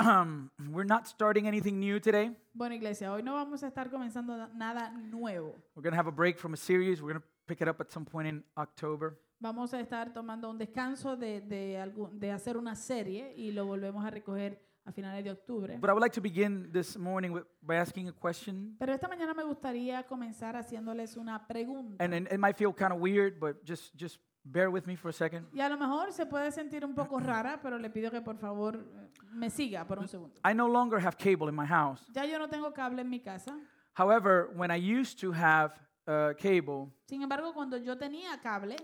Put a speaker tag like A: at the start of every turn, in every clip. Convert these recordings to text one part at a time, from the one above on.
A: Um, we're not starting anything new today.
B: Bueno, iglesia, hoy no vamos a estar comenzando na- nada nuevo.
A: We're going to have a break from a series. We're going to pick it up at some point in October.
B: Vamos a estar tomando un descanso de, de, algún- de hacer una serie y lo volvemos a recoger a finales de octubre.
A: But I would like to begin this morning with, by asking a question.
B: Pero esta mañana me gustaría comenzar haciéndoles una pregunta.
A: And, and it might feel kind of weird, but just, just bear with me for a second.
B: Y a lo mejor se puede sentir un poco rara, pero le pido que por favor eh, me siga por un segundo.
A: I no longer have cable in my house.
B: Ya yo no tengo cable en mi casa.
A: However, when I used to have uh, cable,
B: Sin embargo, cuando yo tenía cable,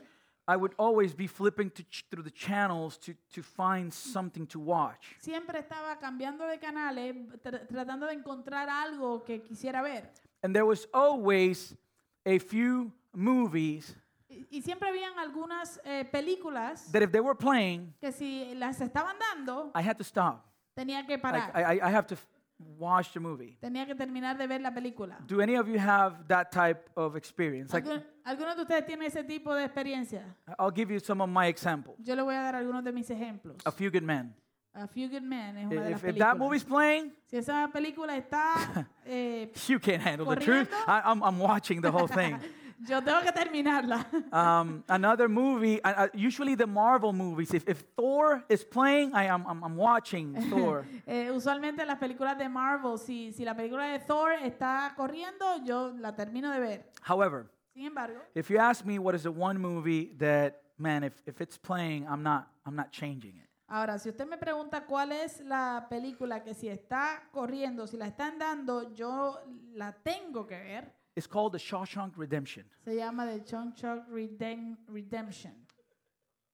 A: I would always be flipping to ch- through the channels to, to find something to watch.
B: siempre estaba cambiando de canales, tra- tratando de encontrar algo que quisiera ver.
A: And there was always a few movies
B: Y, y siempre habían algunas eh, películas
A: that if they were playing,
B: que si las estaban dando,
A: I had to stop.
B: tenía que
A: Like,
B: parar.
A: I, I- I have to f- watch the movie.
B: Tenía que terminar de ver la película.
A: Do any of you have that type of experience? Like,
B: Algu- ¿Algunos de ustedes tienen ese tipo de experiencia?
A: I'll give you some of my examples.
B: Yo le voy a dar algunos de mis ejemplos.
A: A eh, Few Good Men.
B: A Few Good Men es una de las
A: If, if that
B: películas.
A: movie's playing,
B: Si esa película está, eh,
A: you can't handle the truth.
B: Corriendo.
A: I, I'm, I'm watching the whole thing.
B: yo tengo que terminarla.
A: Um, another movie, uh, uh, usually the Marvel movies. If, if Thor is playing, I am I'm, I'm watching Thor.
B: Eh, usualmente las películas de Marvel, si, si la película de Thor está corriendo, yo la termino de ver.
A: However,
B: Sin embargo,
A: if you ask me what is the one movie that, man, if, if it's playing, I'm not, I'm not changing it.
B: ahora, si usted me pregunta cuál es la película que si está corriendo, si la están dando, yo la tengo que ver,
A: It's called The Shawshank Redemption.
B: se llama The Shawshank Redem- Redemption.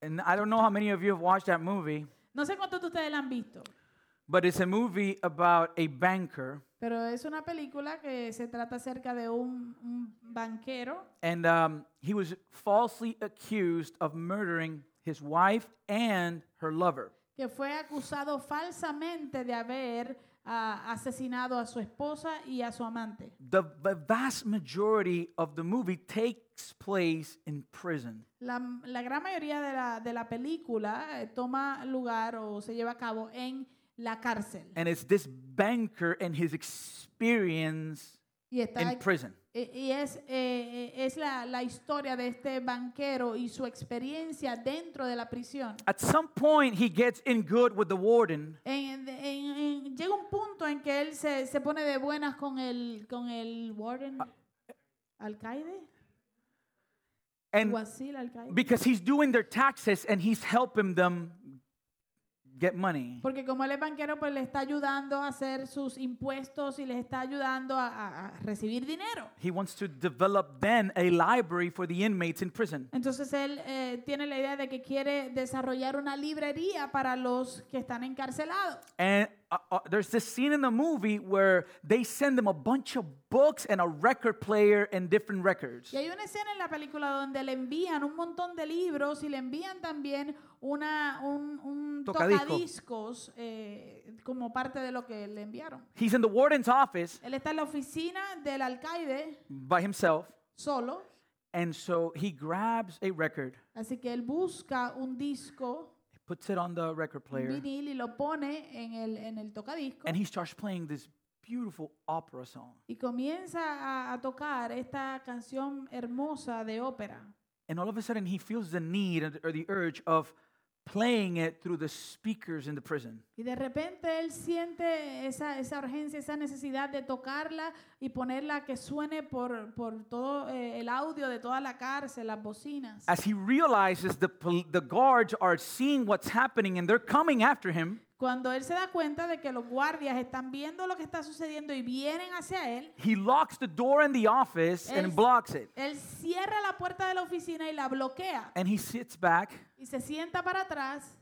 A: And I don't know how many of you have watched that movie,
B: No sé cuántos de ustedes la han visto,
A: but it's a movie about a banker.
B: pero es una película que se trata acerca de un- un banquero
A: And um, he was falsely accused of murdering his wife and her lover.
B: que fue acusado falsamente de haber ah, asesinado a su esposa y a su amante.
A: The, the vast majority of the movie takes place in prison.
B: La, la gran mayoría de la, de la película eh, toma lugar o se lleva a cabo en la cárcel.
A: And it's this banker and his experience
B: Y, está,
A: in prison.
B: eh, y es, eh, eh, es la, la historia de este banquero y su experiencia dentro de la prisión.
A: At some point, he gets in good with the warden,
B: En- en- en- llega un punto en que él se, se pone de buenas con el, con el warden, alcaide,
A: and
B: alguacil, alcaide.
A: because he's doing their taxes and he's helping them get money.
B: Porque como él es banquero, pues le está ayudando a hacer sus impuestos y les está ayudando a, a- a recibir dinero.
A: He wants to develop then a library for the inmates in prison.
B: Entonces él eh, tiene la idea de que quiere desarrollar una librería para los que están encarcelados.
A: And uh, uh, there's this scene in the movie where they send him a bunch of books and a record player and different records.
B: Y hay una escena en la película donde le envían un montón de libros y le envían también una, un, un
A: Tocadisco.
B: tocadiscos eh, como parte de lo que le enviaron.
A: He's in the warden's office
B: Él está en la oficina del alcaide
A: by himself,
B: solo,
A: and so he grabs a record,
B: así que él busca un disco
A: puts it on the record
B: un
A: player,
B: vinil y lo pone en el, en el tocadisco
A: and he starts playing this beautiful opera song.
B: y comienza a, a tocar esta canción hermosa de ópera.
A: And all of a sudden, he feels the need and- or the urge of playing it through the speakers in the prison.
B: Y de repente él siente esa, esa urgencia, esa necesidad de tocarla y ponerla que suene por, por todo eh, el audio de toda la cárcel, las bocinas.
A: As he realizes the, pol- the guards are seeing what's happening and they're coming after him,
B: Cuando él se da cuenta de que los guardias están viendo lo que está sucediendo y vienen hacia él,
A: he locks the door in the office and
B: Es-
A: blocks it.
B: él cierra la puerta de la oficina y la bloquea
A: And he sits back
B: y se sienta para atrás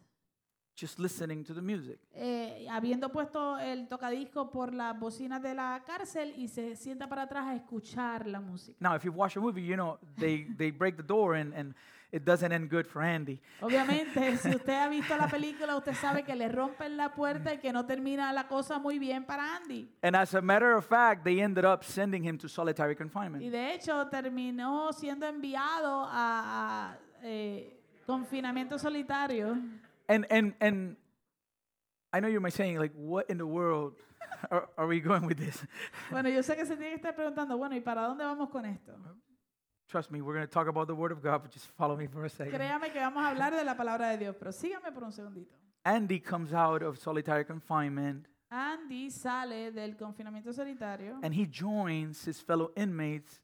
A: just listening to the music.
B: eh, habiendo puesto el tocadisco por las bocinas de la cárcel y se sienta para atrás a escuchar la música.
A: Now, if you've watched a movie, you know they, they break the door and, and it doesn't end good for Andy.
B: Obviamente, si usted ha visto la película, usted sabe que le rompen la puerta y que no termina la cosa muy bien para Andy.
A: And as a matter of fact, they ended up sending him to solitary
B: Y
A: confinement.
B: de hecho terminó siendo enviado a, a, eh, confinamiento solitario.
A: And, and, and I know you might saying, like, what in the world are, are we going with this?
B: Bueno, yo sé que se tiene que estar preguntando, bueno, ¿y para dónde vamos con esto?
A: Trust me, we're going to talk about the Word of God, but just follow me for a second.
B: Créame que vamos a hablar de la palabra de Dios, pero sígame por un segundito.
A: Andy comes out of solitary confinement
B: Andy sale del confinamiento solitario
A: and he joins his fellow inmates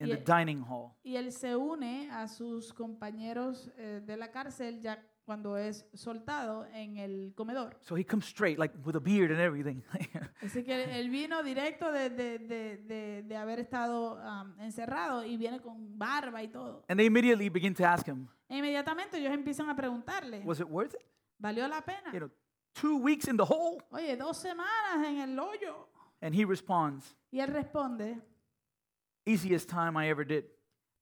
A: in the
B: Yeah.
A: dining hall.
B: y él se une a sus compañeros eh, de la cárcel ya cuando es soltado en el comedor.
A: So he comes straight, like with a beard and everything.
B: Así que él vino directo de, de, de, de, de haber estado am, encerrado y viene con barba y todo.
A: and they immediately begin to ask him,
B: E inmediatamente ellos empiezan a preguntarle,
A: was it worth it?
B: ¿valió la pena?
A: You know, two weeks in the hole?
B: Oye, dos semanas en el hoyo.
A: And he responds,
B: Y él responde,
A: easiest time I ever did.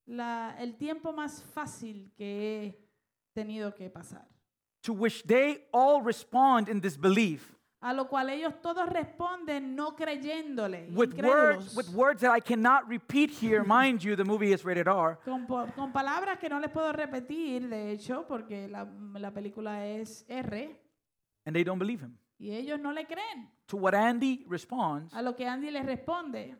B: la, el tiempo más fácil que he tenido que pasar.
A: To which they all respond in disbelief
B: A lo cual ellos todos responden no creyéndole,
A: with words,
B: incrédulos,
A: with words that I cannot repeat here. Mind you, the movie is rated R.
B: con, po- con palabras que no les puedo repetir, de hecho, porque la, la película es R,
A: And they don't believe him.
B: y ellos no le creen.
A: To what Andy responds,
B: A lo que Andy les responde,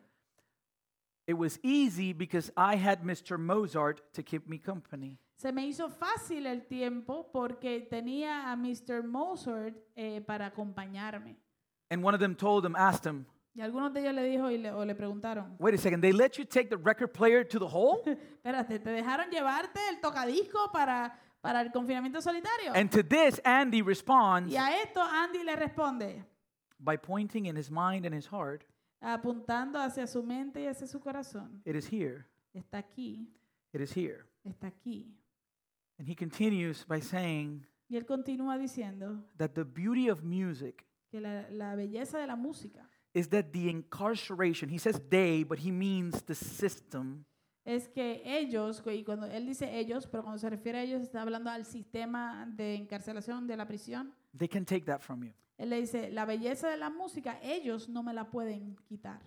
A: it was easy because I had Mr. Mozart to keep me company.
B: se me hizo fácil el tiempo porque tenía a Mr. Mozart eh, para acompañarme.
A: And one of them told him, asked him,
B: Y algunos de ellos le dijo y le, o le preguntaron,
A: wait a second, they let you take the record player to the hole?
B: espérate, ¿te dejaron llevarte el tocadisco para, para el confinamiento solitario?
A: and to this, Andy responds
B: y a esto Andy le responde,
A: by pointing in his mind and his heart,
B: apuntando hacia su mente y hacia su corazón.
A: it is here,
B: Está aquí,
A: it is here.
B: está aquí.
A: And he continues by saying
B: Y él continúa diciendo
A: that the beauty of music
B: que la, la belleza de la música
A: is that the incarceration, he says they, but he means the system,
B: es que ellos, cu- y cuando él dice ellos, pero cuando se refiere a ellos está hablando al sistema de encarcelación de la prisión,
A: they can take that from you.
B: él le dice, la belleza de la música ellos no me la pueden quitar.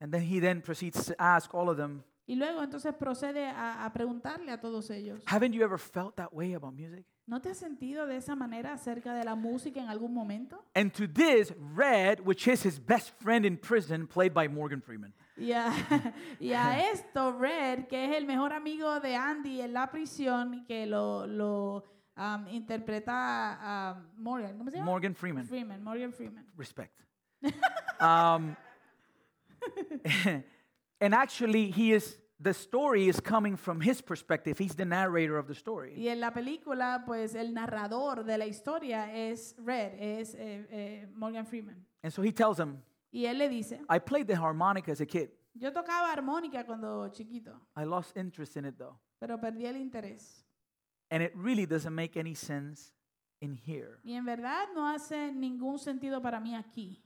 A: And then he then proceeds to ask all of them,
B: Y luego entonces procede a, a preguntarle a todos ellos,
A: haven't you ever felt that way about music?
B: ¿no te has sentido de esa manera acerca de la música en algún momento?
A: And to this, Red, which is his best friend in prison, played by Morgan Freeman,
B: Y a, y a esto, Red, que es el mejor amigo de Andy en la prisión, que lo, lo um, interpreta um, Morgan. ¿Cómo se llama?
A: Morgan Freeman,
B: Freeman. Morgan Freeman.
A: respect. um, and actually, he is. The story is coming from his perspective. He's the narrator of the story.
B: Y en la película, pues el narrador de la historia es Red, es eh, eh, Morgan Freeman.
A: And so he tells him,
B: Y él le dice,
A: I played the harmonica as a kid.
B: yo tocaba armónica cuando chiquito,
A: I lost interest in it though.
B: pero perdí el interés.
A: And it really doesn't make any sense in here.
B: Y en verdad no hace ningún sentido para mí aquí.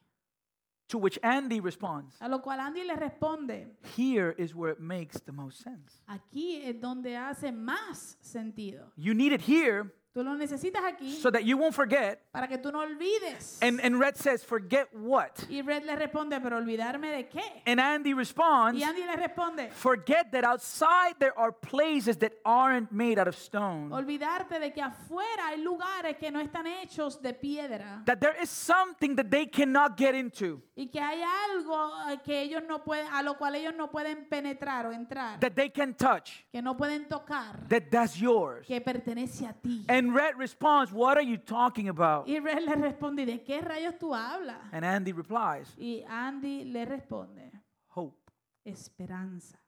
A: To which Andy responds,
B: A lo cual Andy le responde,
A: Here is where it makes the most sense.
B: aquí es donde hace más sentido.
A: You need it here
B: Tú lo necesitas aquí
A: so that you won't forget.
B: para que tú no olvides.
A: And, and Red says, Forget what?
B: y Red le responde, pero olvidarme de qué.
A: And Andy
B: Y
A: responds,
B: Andy le responde,
A: Forget that outside there are places that aren't made out of
B: Oh,
A: stone.
B: olvidarte de que afuera hay lugares que no están hechos de piedra
A: That there is something that they cannot get into,
B: y que hay algo eh, que ellos no pueden, a lo cual ellos no pueden penetrar o entrar,
A: that they can touch,
B: que no pueden tocar,
A: that that's yours.
B: que pertenece a ti.
A: And Red responds, What are you talking about?
B: Y Red le responde, ¿de qué rayos tú hablas?
A: And Andy replies,
B: Y Andy le responde,
A: Hope,
B: esperanza,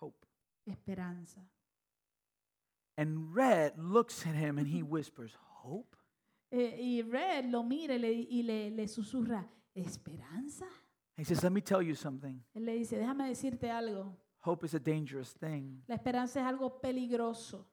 A: hope.
B: esperanza.
A: And Red looks at him and he whispers, Hope?
B: Eh, y Red lo mira y le, y le- le susurra, ¿esperanza?
A: He says, Let me tell you something.
B: Él le dice, déjame decirte algo.
A: Hope is a dangerous thing.
B: La esperanza es algo peligroso.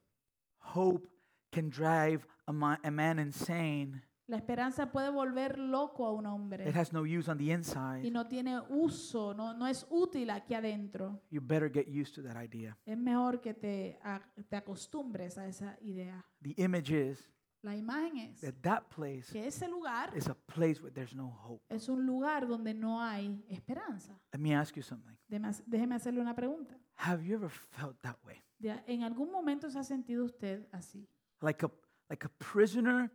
A: Hope can drive a, mi- a man insane.
B: La esperanza puede volver loco a un
A: It
B: hombre
A: has no use on the
B: y
A: inside.
B: no tiene uso, no, no es útil aquí adentro.
A: You better get used to that idea.
B: Es mejor que te, a- te acostumbres a esa idea.
A: The image is
B: La imagen es
A: that that place
B: que ese lugar
A: is a place where there's no hope.
B: es un lugar donde no hay esperanza.
A: Let me ask you something.
B: Déjeme hac- Déjeme hacerle una pregunta.
A: Have you ever felt that way?
B: De- ¿En algún momento se ha sentido usted así?
A: Like a, like a prisoner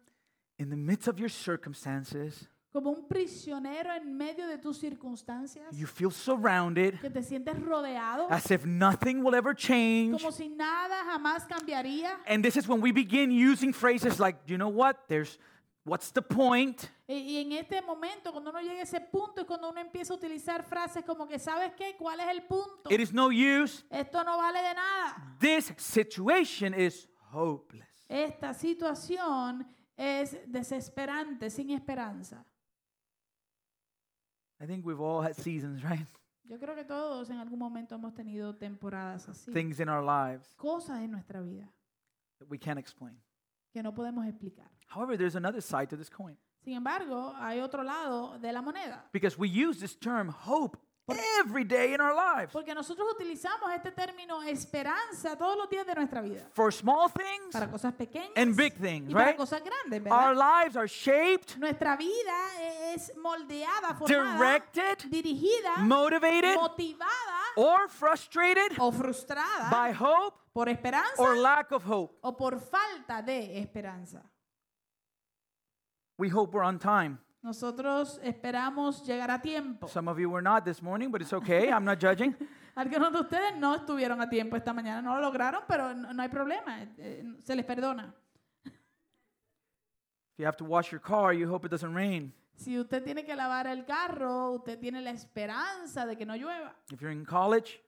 A: in the midst of your circumstances,
B: como un prisionero en medio de tus circunstancias,
A: you feel surrounded
B: que te sientes rodeado,
A: as if nothing will ever change.
B: como si nada jamás cambiaría.
A: And this is when we begin using phrases like, you know what, there's what's the point?
B: Y, y en este momento, cuando uno llega a ese punto, es cuando uno empieza a utilizar frases como que, ¿sabes qué? ¿Cuál es el punto?
A: It is no use.
B: Esto no vale de nada.
A: This situation is hopeless.
B: Esta situación es desesperante, sin esperanza.
A: I think we've all had seasons, right?
B: Yo creo que todos en algún momento hemos tenido temporadas así.
A: Things in our lives
B: Cosas en nuestra vida
A: that we can't explain.
B: que no podemos explicar.
A: However, there's another side to this coin
B: Sin embargo, hay otro lado de la moneda.
A: because we use this term hope every day in our lives
B: Porque nosotros utilizamos este término esperanza todos los días de nuestra vida.
A: for small things
B: Para cosas pequeñas
A: and big things,
B: y para
A: right?
B: cosas grandes,
A: Our
B: ¿verdad?
A: lives are shaped,
B: Nuestra vida e- es moldeada, formada,
A: directed,
B: dirigida,
A: motivated,
B: motivada
A: or frustrated
B: o frustrada
A: by hope
B: por esperanza
A: or lack of hope.
B: o por falta de esperanza.
A: We hope we're on time.
B: Nosotros esperamos llegar a tiempo.
A: Some of you were not this morning, but it's okay. I'm not judging.
B: Algunos de ustedes no estuvieron a tiempo esta mañana, no lo lograron, pero no, no hay problema, eh, eh, se les perdona.
A: If you have to wash your car, you hope it doesn't rain.
B: Si usted tiene que lavar el carro, usted tiene la esperanza de que no llueva.
A: If you're in college,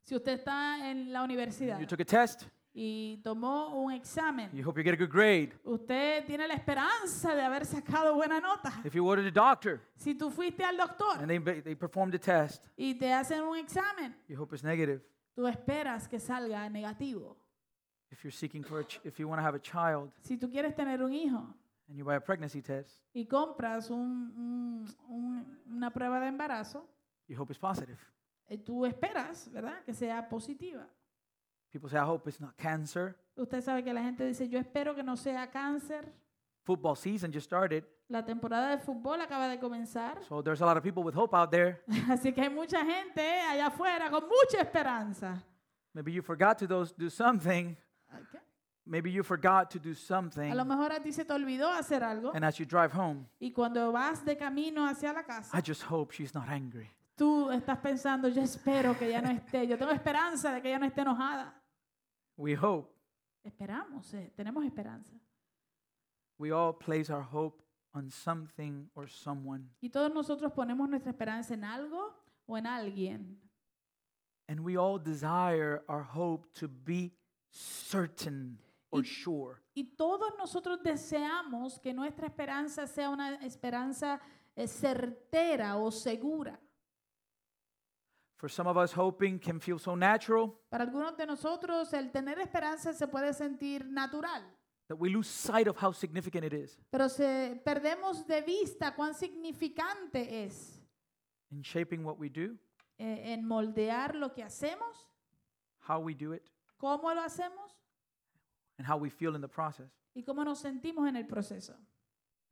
B: Si usted está en la universidad
A: you took a test,
B: y tomó un examen,
A: you hope you get a good grade.
B: usted tiene la esperanza de haber sacado buena nota.
A: If you ordered a doctor
B: Si tú fuiste
A: and
B: al doctor
A: they, they performed a test,
B: y te hacen un examen,
A: you hope it's negative.
B: tú esperas que salga negativo.
A: If you're seeking for a ch- if you want to have a child
B: Si tú quieres tener un hijo
A: and you buy a pregnancy test,
B: y compras un- un- un- una prueba de embarazo,
A: you hope it's positive.
B: eh, tú esperas, ¿verdad? Que sea positiva.
A: People say, I hope it's not cancer.
B: Usted sabe que la gente dice, yo espero que no sea cáncer.
A: Football season just started,
B: La temporada de fútbol acaba de comenzar,
A: so there's a lot of people with hope out there.
B: así que hay mucha gente allá afuera con mucha esperanza.
A: Maybe you forgot to those, do something.
B: Ok.
A: Maybe you forgot to do
B: A lo
A: something.
B: mejor a ti se te olvidó hacer algo
A: And as you drive home,
B: y cuando vas de camino hacia la casa,
A: I just hope she's not angry.
B: tú estás pensando, yo espero que ya no esté, yo tengo esperanza de que ya no esté enojada.
A: We hope.
B: Esperamos, eh, tenemos esperanza.
A: We all place our hope on something or someone.
B: Y todos nosotros ponemos nuestra esperanza en algo o en alguien.
A: And we all desire our hope to be certain or
B: Y-
A: sure.
B: Y todos nosotros deseamos que nuestra esperanza sea una esperanza eh, certera o segura.
A: For some of us, hoping can feel so natural
B: Para algunos de nosotros el tener esperanza se puede sentir natural,
A: that we lose sight of how significant it is
B: pero se, perdemos de vista cuán significante es
A: in shaping what we do,
B: eh, en moldear lo que hacemos,
A: how we do it,
B: cómo lo hacemos
A: and how we feel in the process.
B: y cómo nos sentimos en el proceso.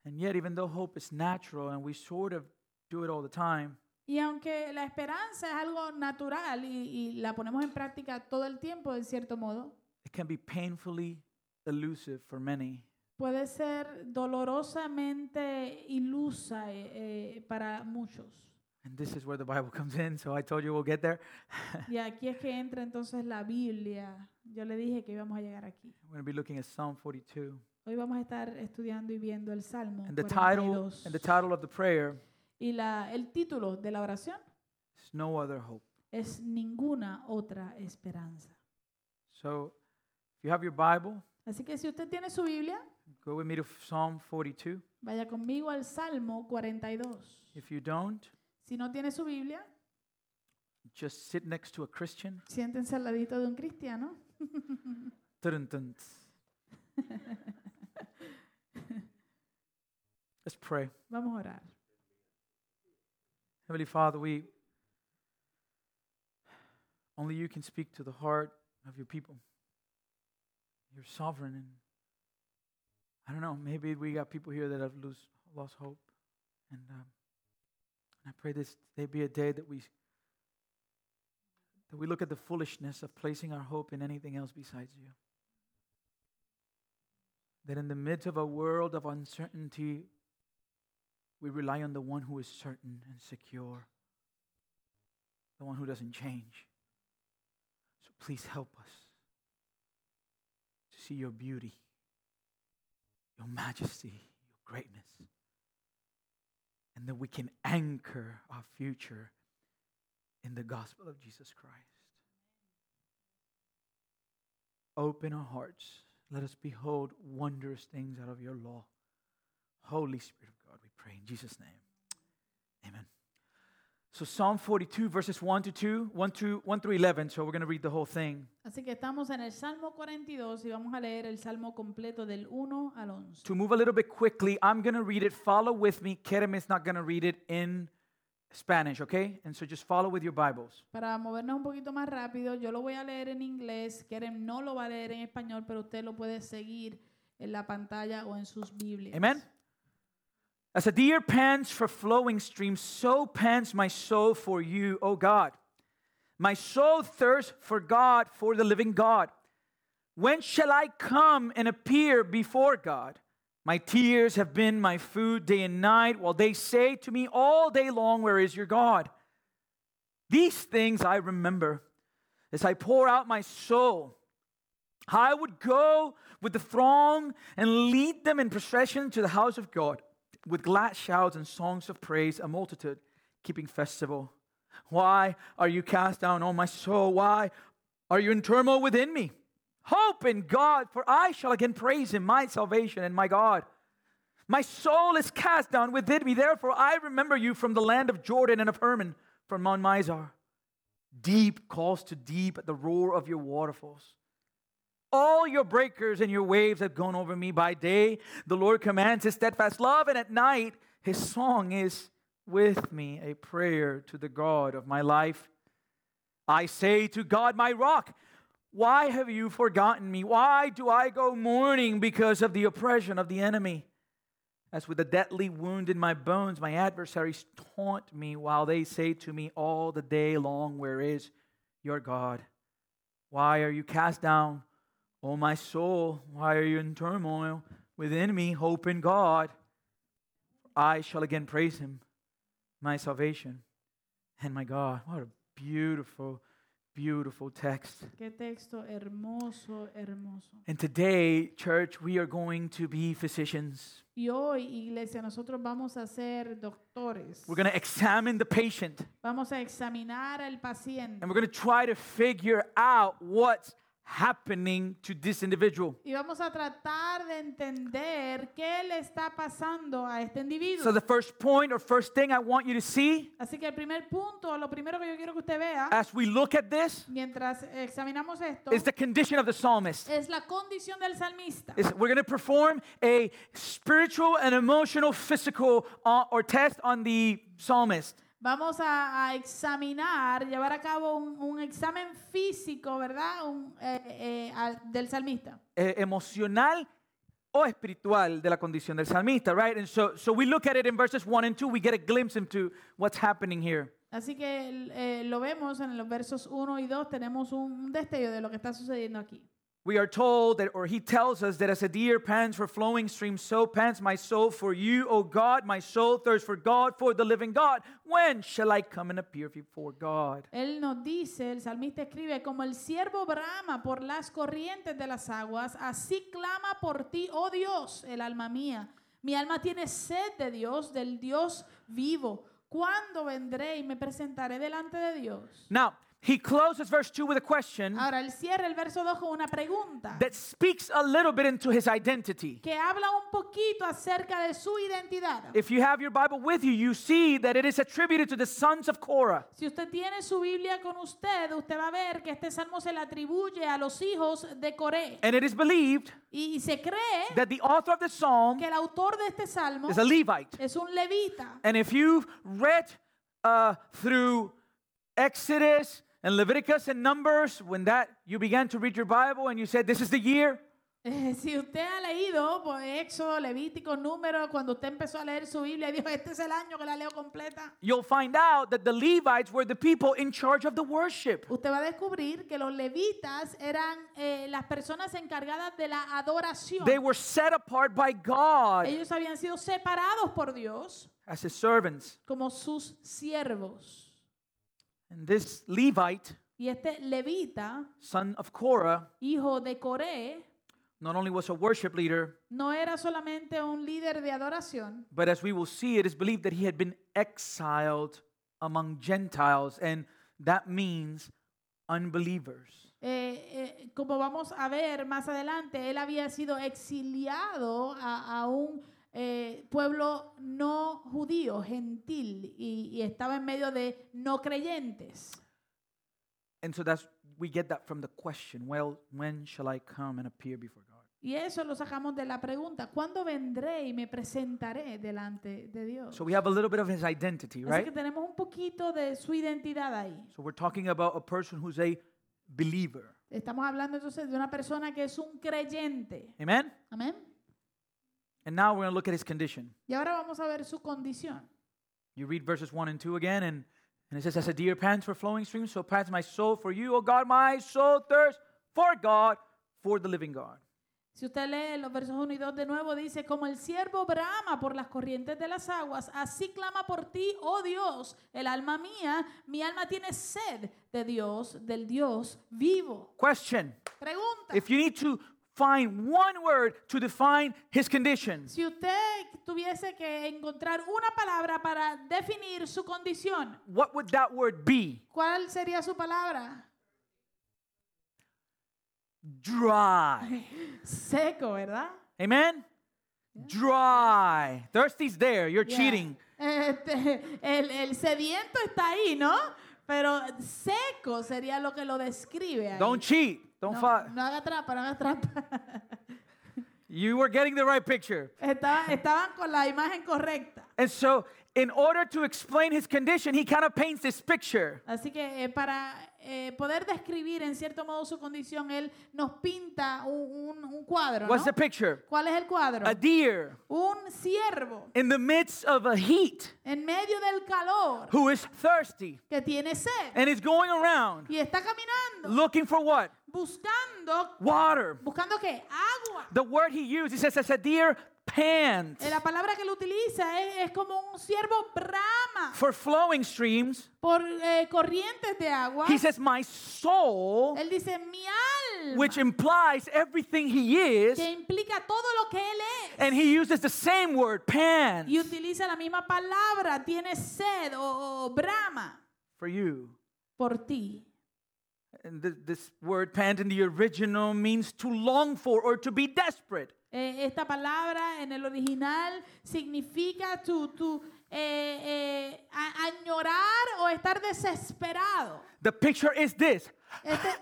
A: And yet, even though hope is natural and we sort of do it all the time,
B: Y aunque la esperanza es algo natural y, y la ponemos en práctica todo el tiempo, en cierto modo,
A: it can be painfully elusive for many.
B: puede ser dolorosamente ilusa eh, eh, para muchos.
A: And this is where the Bible comes in. So I told you we'll get there.
B: Y aquí es que entra entonces la Biblia. Yo le dije que íbamos a llegar aquí.
A: We're going to be looking at Psalm 42.
B: Hoy vamos a estar estudiando y viendo el Salmo
A: And the title
B: 42.
A: and the title of the prayer
B: y la, el título de la oración
A: is no other hope.
B: es Ninguna otra esperanza.
A: So if you have your Bible,
B: Así que si usted tiene su Biblia,
A: go with me to Psalm 42.
B: vaya conmigo al Salmo 42.
A: If you don't,
B: Si no tiene su Biblia,
A: just sit next to a Christian.
B: siéntense al ladito de un cristiano
A: Dun, dun, tss. Let's pray.
B: Vamos a orar.
A: Heavenly Father, we only you can speak to the heart of your people. You're sovereign and I don't know, maybe we got people here that have lose, lost hope. And, um, and I pray this day be a day that we that we look at the foolishness of placing our hope in anything else besides you. that in the midst of a world of uncertainty, we rely on the one who is certain and secure, the one who doesn't change. So please help us to see your beauty, your majesty, your greatness, and that we can anchor our future in the gospel of Jesus Christ. Open our hearts. Let us behold wondrous things out of your law. Holy Spirit of God, we pray in Jesus' name. Amen. So Psalm 42, verses 1 to 2, 1 through, 1 through 11. So we're going to read the whole thing.
B: Así que estamos en el Salmo 42 y vamos a leer el Salmo completo del 1 al 11.
A: To move a little bit quickly, I'm going to read it. Follow with me. Kerem is not going to read it in Spanish, okay? And so just follow with your Bibles.
B: Para movernos un poquito más rápido, yo lo voy a leer en inglés, Keren no lo va a leer en español, pero usted lo puede seguir en la pantalla o en sus Biblias.
A: Amen. As a deer pants for flowing streams, so pants my soul for you, O God. My soul thirsts for God, for the living God. When shall I come and appear before God? My tears have been my food day and night, while they say to me all day long, Where is your God? These things I remember as I pour out my soul. I would go with the throng and lead them in procession to the house of God with glad shouts and songs of praise, a multitude keeping festival. Why are you cast down, O my soul? Why are you in turmoil within me? Hope in God, for I shall again praise Him, my salvation and my God. My soul is cast down within me, therefore I remember you from the land of Jordan and of Hermon, from Mount Mizar. Deep calls to deep at the roar of your waterfalls. All your breakers and your waves have gone over me by day. The Lord commands his steadfast love, and at night his song is with me, a prayer to the God of my life. I say to God, my rock, why have you forgotten me? Why do I go mourning because of the oppression of the enemy? As with a deadly wound in my bones, my adversaries taunt me while they say to me all the day long, Where is your God? Why are you cast down, O Oh, my soul? Why are you in turmoil within me? Hope in God. I shall again praise him, my salvation and my God. What a beautiful, beautiful text.
B: Qué texto hermoso, hermoso.
A: And today, church, we are going to be physicians.
B: Y hoy, iglesia, nosotros vamos a ser doctores.
A: We're going to examine the patient
B: Vamos a examinar al
A: and
B: paciente
A: we're going to try to figure out what's happening to this individual.
B: y vamos a tratar de entender qué le está pasando a este individuo.
A: So, the first point or first thing I want you to see
B: Así que el primer punto, lo primero que yo quiero que usted vea
A: as we look at this
B: mientras examinamos esto
A: is the condition of the psalmist.
B: es la condición del salmista.
A: Is we're going to perform a spiritual and emotional physical uh, or test on the psalmist.
B: Vamos a, a examinar, llevar a cabo un, un examen físico, ¿verdad? Un, eh, eh, al- del salmista.
A: eh, emocional o espiritual de la condición del salmista, right? And so, so we look at it in verses 1 and 2, we get a glimpse into what's happening here.
B: Así que el- eh, lo vemos en los versos 1 y 2, tenemos un, un destello de lo que está sucediendo aquí.
A: We are told that, or he tells us that as a deer pants for flowing streams, so pants my soul for you, O God. My soul thirsts for God, for the living God. When shall I come and appear before God?
B: Él nos dice, el salmista escribe, como el siervo brama por las corrientes de las aguas, así clama por ti, oh Dios, el alma mía. Mi alma tiene sed de Dios, del Dios vivo. ¿Cuándo vendré y me presentaré delante de Dios?
A: Now, he closes verse 2 with a question
B: Ahora, él cierra el verso 2 con una pregunta
A: that speaks a little bit into his identity.
B: que habla un poquito acerca de su identidad.
A: If you have your Bible with you, you see that it is attributed to the sons of Korah.
B: Si usted tiene su Biblia con usted, usted va a ver que este salmo se le atribuye a los hijos de Coré.
A: And it is believed
B: Y, y se cree
A: that the author of the psalm
B: que el autor de este salmo
A: is a Levite.
B: es un levita.
A: And if you've read uh, through Exodus and Leviticus and Numbers, when that you began to read your Bible and you said, This is the year
B: Eh, si usted ha leído pues, Éxodo, Levítico, Número, cuando usted empezó a leer su Biblia y dijo, este es el año que la leo completa,
A: you'll find out that the Levites were the people in charge of the worship.
B: usted va a descubrir que los levitas eran eh, las personas encargadas de la adoración.
A: They were set apart by God
B: Ellos habían sido separados por Dios
A: as his servants.
B: como sus siervos.
A: And this Levite,
B: Y este levita,
A: son of Korah,
B: hijo de Coré,
A: not only was a worship leader,
B: no era solamente un líder de adoración,
A: but as we will see, it is believed that he had been exiled among Gentiles, and that means unbelievers.
B: Eh, eh, como vamos a ver más adelante, él había sido exiliado a, a un eh, pueblo no judío, gentil, y, y estaba en medio de no creyentes.
A: And so that's we get that from the question, well, when shall I come and appear before God?
B: Y eso lo sacamos de la pregunta, ¿cuándo vendré y me presentaré delante de Dios?
A: So we have a little bit of his identity,
B: Así
A: right?
B: que tenemos un poquito de su identidad ahí.
A: So we're talking about a person who's a believer.
B: Estamos hablando entonces de una persona que es un creyente.
A: Amen?
B: Amén.
A: And now we're going to look at his condition.
B: Y ahora vamos a ver su condición.
A: You read verses 1 and 2 again, and, and it says, As a deer pants for flowing streams, so pants my soul for you, O God, my soul thirsts for God, for the living God.
B: Si usted lee los versos 1 y 2 de nuevo, dice, como el siervo brama por las corrientes de las aguas, así clama por ti, oh Dios, el alma mía, mi alma tiene sed de Dios, del Dios vivo.
A: Question
B: Pregunta,
A: If you need to find one word to define his condition,
B: si usted tuviese que encontrar una palabra para definir su condición,
A: what would that word be?
B: ¿cuál sería su palabra?
A: Dry.
B: Seco, ¿verdad?
A: Amen? Dry. Thirsty's there. You're
B: Yeah.
A: cheating.
B: Este, el, el sediento está ahí, ¿no? Pero seco sería lo que lo describe. ahí.
A: Don't cheat. Don't
B: no,
A: fight.
B: no haga trampa, no haga trampa.
A: You were getting the right picture.
B: Estaba- estaban con la imagen correcta.
A: And so, in order to explain his condition, he kind of paints this picture.
B: Así que eh, para eh, poder describir en cierto modo su condición, él nos pinta un, un- un cuadro.
A: What's the
B: ¿no?
A: picture?
B: ¿Cuál es el cuadro?
A: A deer
B: Un siervo
A: in the midst of a heat
B: en medio del calor
A: who is thirsty
B: que tiene sed
A: and is going around
B: y está caminando
A: looking for what?
B: buscando,
A: Water.
B: buscando qué? Agua.
A: The word he used, he says, as a deer pants
B: Eh, La palabra que él utiliza es, es como un siervo brama
A: for flowing streams.
B: por eh, corrientes de agua.
A: He says, My soul,
B: Él dice mi alma,
A: which implies everything he is.
B: que implica todo lo que él es.
A: And he uses the same word, pants,
B: y utiliza la misma palabra, tiene sed o, o brama
A: for you.
B: por ti.
A: And th- this word pant in the original means to long for or to be desperate.
B: Eh, esta palabra en el original significa tu, tu, eh, eh, a- añorar o estar desesperado.
A: The picture is this
B: Este-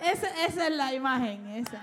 B: Esa- esa es la imagen, esa.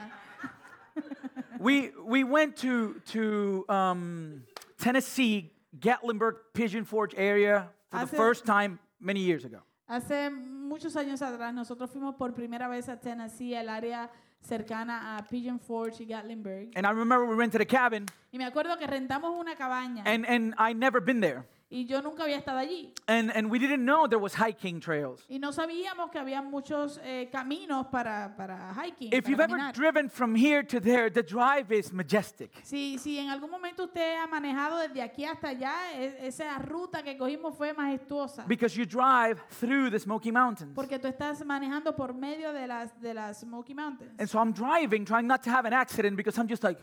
A: we we went to to um, Tennessee, Gatlinburg, Pigeon Forge area for the
B: Hace-
A: first time many years ago.
B: Hace muchos años atrás nosotros fuimos por primera vez a Tennessee, al área cercana a Pigeon Forge y Gatlinburg.
A: And I remember we rented a cabin,
B: Y me acuerdo que rentamos una cabaña
A: and and I never been there,
B: y yo nunca había estado allí.
A: and and we didn't know there was hiking trails.
B: Y no sabíamos que había muchos eh, caminos para, para hiking.
A: If
B: para
A: you've ever
B: caminar.
A: driven from here to there, the drive is majestic.
B: si, si en algún momento usted ha manejado desde aquí hasta allá, e- esa ruta que cogimos fue majestuosa.
A: Because you drive through the Smoky Mountains.
B: Porque tú estás manejando por medio de las, de las Smoky Mountains.
A: And so I'm driving, trying not to have an accident because I'm just like,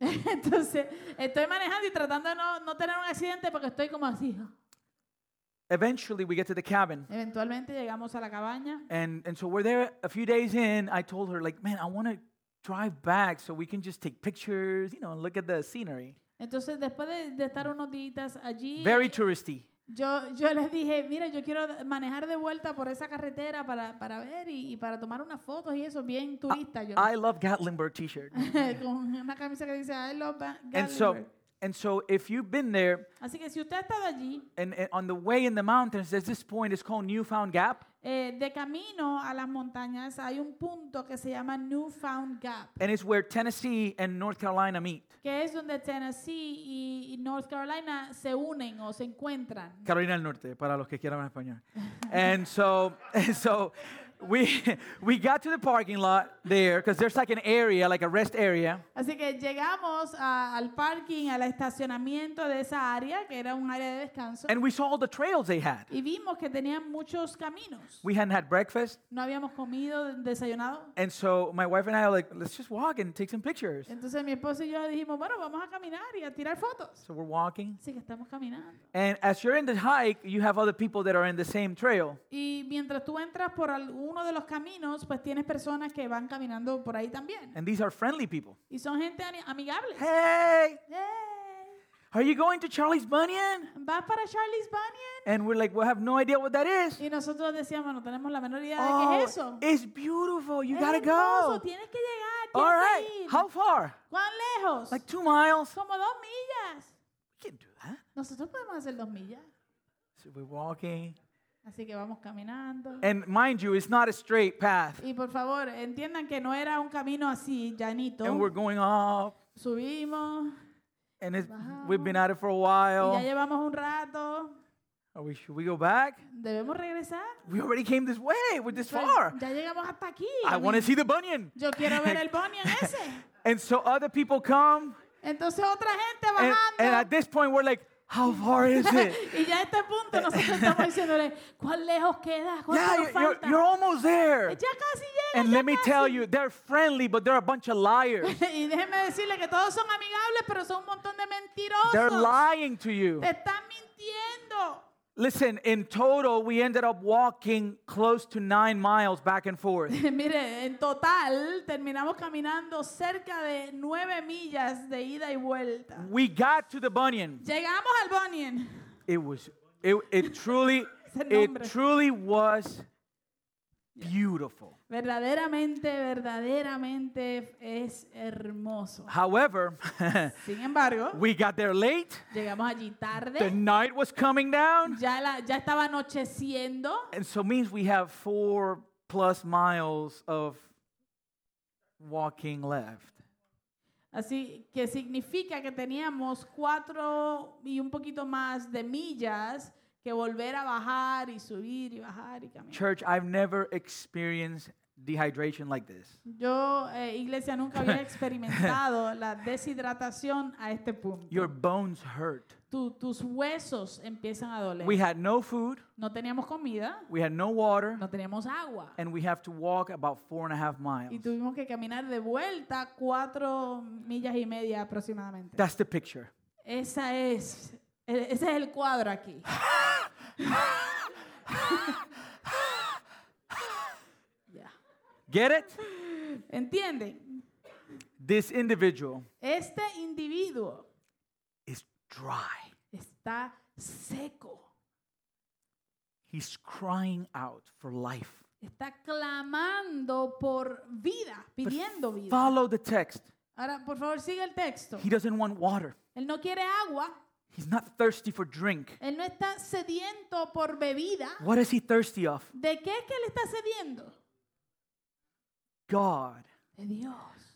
B: Entonces, estoy manejando y tratando de no, no tener un accidente porque estoy como así.
A: eventually we get to the cabin.
B: Eventualmente llegamos a la cabaña.
A: And, and so we're there a few days in. I told her, like, man, I want to drive back so we can just take pictures, you know, and look at the scenery.
B: Entonces, después de, de estar unos días allí,
A: Very touristy.
B: Yo, yo les dije, mira, yo quiero d- manejar de vuelta por esa carretera para, para ver y, y para tomar unas fotos y eso,
A: Ah,
B: bien turista yo.
A: I love Gatlinburg t shirt.
B: con una camisa que dice, I love Ba-
A: ah. And so,
B: Gatlinburg".
A: and so if you've been there,
B: Así que si usted ha estado allí,
A: and, and on the way in the mountains, there's this point, it's called Newfound Gap.
B: eh, de camino a las montañas hay un punto que se llama Newfound Gap,
A: and it's where Tennessee and North Carolina meet.
B: que es donde Tennessee y, y North Carolina se unen o se encuentran.
A: Carolina del Norte, para los que quieran hablar español. And so, and so we, we got to the parking lot there because there's like an area, like a rest area.
B: Así que llegamos a- al parking, al estacionamiento de esa área, que era un área de descanso,
A: And we saw all the trails they had.
B: y vimos que tenían muchos caminos.
A: We hadn't had breakfast.
B: No habíamos comido, desayunado.
A: And so my wife and I are like, let's just walk and take some pictures.
B: Entonces mi esposo y yo dijimos, bueno, vamos a caminar y a tirar fotos.
A: So we're walking.
B: Así que estamos caminando.
A: And as you're in the hike, you have other people that are in the same trail.
B: Y mientras tú entras por alguno de los caminos, pues tienes personas que van caminando por ahí también.
A: And these are friendly people.
B: Y son gente ani- amigable.
A: Hey,
B: ¡Yay!
A: are you going to Charlie's Bunyan?
B: ¿Vas para Charlie's Bunyan?
A: And we're like, we have no idea what that is.
B: Y nosotros decíamos, no tenemos la menor idea de qué
A: Oh,
B: es eso.
A: it's beautiful. You
B: Es
A: gotta
B: hermoso,
A: go.
B: Tienes que llegar.
A: All
B: tienes que
A: right.
B: ir.
A: How far?
B: ¿Cuán lejos?
A: Like two miles.
B: Como dos millas.
A: We can't do that.
B: Nosotros podemos hacer dos millas.
A: So we're walking.
B: Así que vamos caminando.
A: And mind you, it's not a straight path.
B: Y por favor, entiendan que no era un camino así, llanito.
A: And we're going up.
B: Subimos
A: And it's, we've been at it for a while.
B: y ya llevamos un rato.
A: Are we, should we go back?
B: Debemos regresar.
A: We already came this way. We're this
B: Pues,
A: far.
B: ya llegamos hasta aquí.
A: I want to see the bunyan.
B: Yo quiero ver el Bonnie en ese.
A: And so other people come.
B: Entonces otra gente
A: And, and
B: bajando.
A: at this point, we're like, how far is it?
B: y ya a este punto nosotros estamos diciéndole, ¿cuán lejos queda? ¿Cuánto
A: yeah,
B: nos
A: you're, you're,
B: falta?
A: you're almost there.
B: ya casi llega.
A: And
B: ya
A: let me
B: casi.
A: tell you, they're friendly, but they're a bunch of liars.
B: y déjeme decirle que todos son amigables, pero son un montón de
A: They're
B: mentirosos.
A: lying to you.
B: Te están mintiendo.
A: Listen, in total, we ended up walking close to nine miles back and forth.
B: Mire, en total terminamos caminando cerca de nueve millas de ida y vuelta.
A: We got to the Bunyan.
B: Llegamos al Bonien.
A: It was, it, it truly,
B: Ese
A: it
B: nombre.
A: truly was beautiful.
B: Verdaderamente, verdaderamente es hermoso.
A: However,
B: Sin embargo,
A: we got there late.
B: llegamos allí
A: The
B: tarde.
A: night was coming down.
B: Ya, la- ya estaba anocheciendo.
A: And so means we have four plus miles of walking left.
B: Así que significa que teníamos cuatro y un poquito más de millas que volver a bajar y subir y bajar y caminar.
A: Church, I've never experienced dehydration like this.
B: Yo, eh, iglesia, nunca había experimentado la deshidratación a este punto.
A: Your bones hurt.
B: Tu- tus huesos empiezan a doler.
A: We had no food,
B: no teníamos comida,
A: we had no water,
B: no teníamos agua.
A: and we have to walk about four and a half miles.
B: Y tuvimos que caminar de vuelta cuatro millas y media aproximadamente.
A: That's the picture.
B: Esa es, e- ese es el cuadro aquí. Ya.
A: Get it?
B: ¿Entienden?
A: This individual
B: Este individuo
A: is dry.
B: está seco.
A: He's crying out for life.
B: Está clamando por vida, pidiendo vida.
A: Follow the text.
B: Ahora, por favor, sigue el texto.
A: He doesn't want water.
B: Él no quiere agua,
A: He's not thirsty for drink.
B: él no está sediento por bebida.
A: What is he thirsty of?
B: ¿De qué es que él está sediendo?
A: God.
B: De Dios.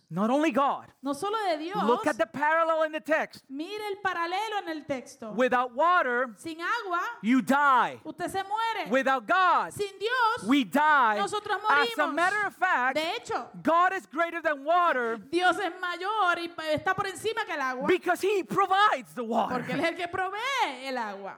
A: Not only God.
B: No solo de Dios.
A: Look at the parallel in the text.
B: Mire el paralelo en el texto.
A: Without water,
B: Sin agua,
A: you die.
B: usted se muere.
A: Without God,
B: Sin Dios,
A: we die.
B: Nosotros
A: As a
B: morimos.
A: matter of fact,
B: de hecho,
A: God is greater than water
B: Dios es mayor y pa- está por encima que el agua.
A: because He provides the
B: Porque Él
A: water.
B: es el que provee el agua.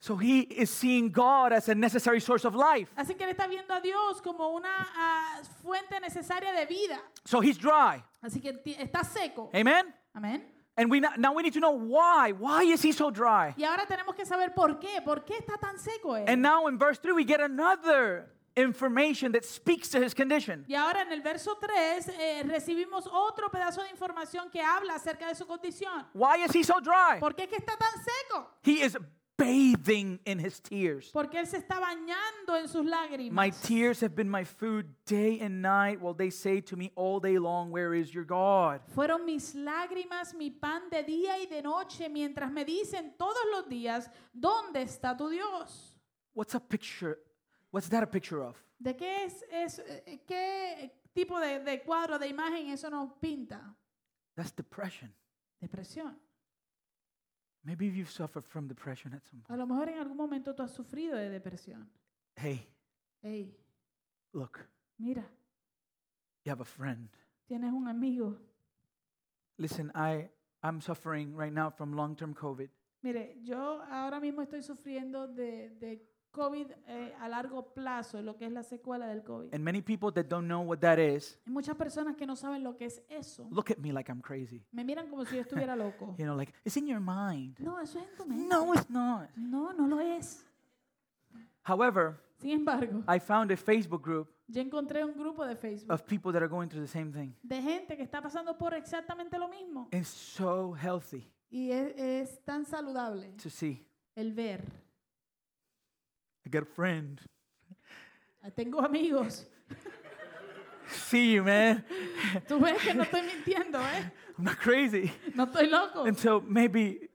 A: So He is seeing God as a necessary source of life.
B: Así que Él está viendo a Dios como una ah, fuente necesaria de vida.
A: So He's dry.
B: Así que ti- está seco.
A: Amen?
B: Amén.
A: And we no- now we need to know why. Why is He so dry?
B: Y ahora tenemos que saber por qué. ¿Por qué está tan seco Él?
A: And now in verse 3, we get another information that speaks to His condition.
B: Y ahora en el verso 3 eh, recibimos otro pedazo de información que habla acerca de su condición.
A: Why is He so dry?
B: ¿Por qué es que está tan seco?
A: He is bathing in His tears.
B: Porque él se está bañando en sus lágrimas.
A: My tears have been my food day and night while they say to me all day long, Where is your God?
B: Fueron mis lágrimas mi pan de día y de noche mientras me dicen todos los días, ¿dónde está tu Dios?
A: What's a picture? What's that a picture of?
B: ¿De qué es, es eh, qué tipo de, de cuadro, de imagen eso nos pinta?
A: That's depression.
B: Depresión.
A: Maybe you've suffered from depression at some
B: A
A: point.
B: lo mejor en algún momento tú has sufrido de depresión.
A: Hey,
B: Hey,
A: look,
B: mira,
A: you have a friend.
B: tienes un amigo.
A: Listen, I I'm suffering right now from long-term COVID.
B: Mire, yo ahora mismo estoy sufriendo de, de COVID eh, a largo plazo, lo que es la secuela del COVID.
A: And many people that don't know what that is
B: Hay muchas personas que no saben lo que es eso.
A: look at me like I'm crazy.
B: Me miran como si yo estuviera loco.
A: You know, like it's in your mind.
B: No, eso es en tu mente.
A: No, it's not.
B: No, no lo es.
A: However,
B: Sin embargo,
A: I found a Facebook group
B: yo encontré un grupo de Facebook
A: of people that are going through the same thing.
B: de gente que está pasando por exactamente lo mismo.
A: It's so healthy
B: Y es, es tan saludable
A: to see.
B: el ver.
A: I got a friend.
B: Ah, Tengo amigos.
A: See you, man.
B: Tú ves que no estoy mintiendo, ¿eh?
A: I'm not crazy.
B: No estoy loco.
A: And so maybe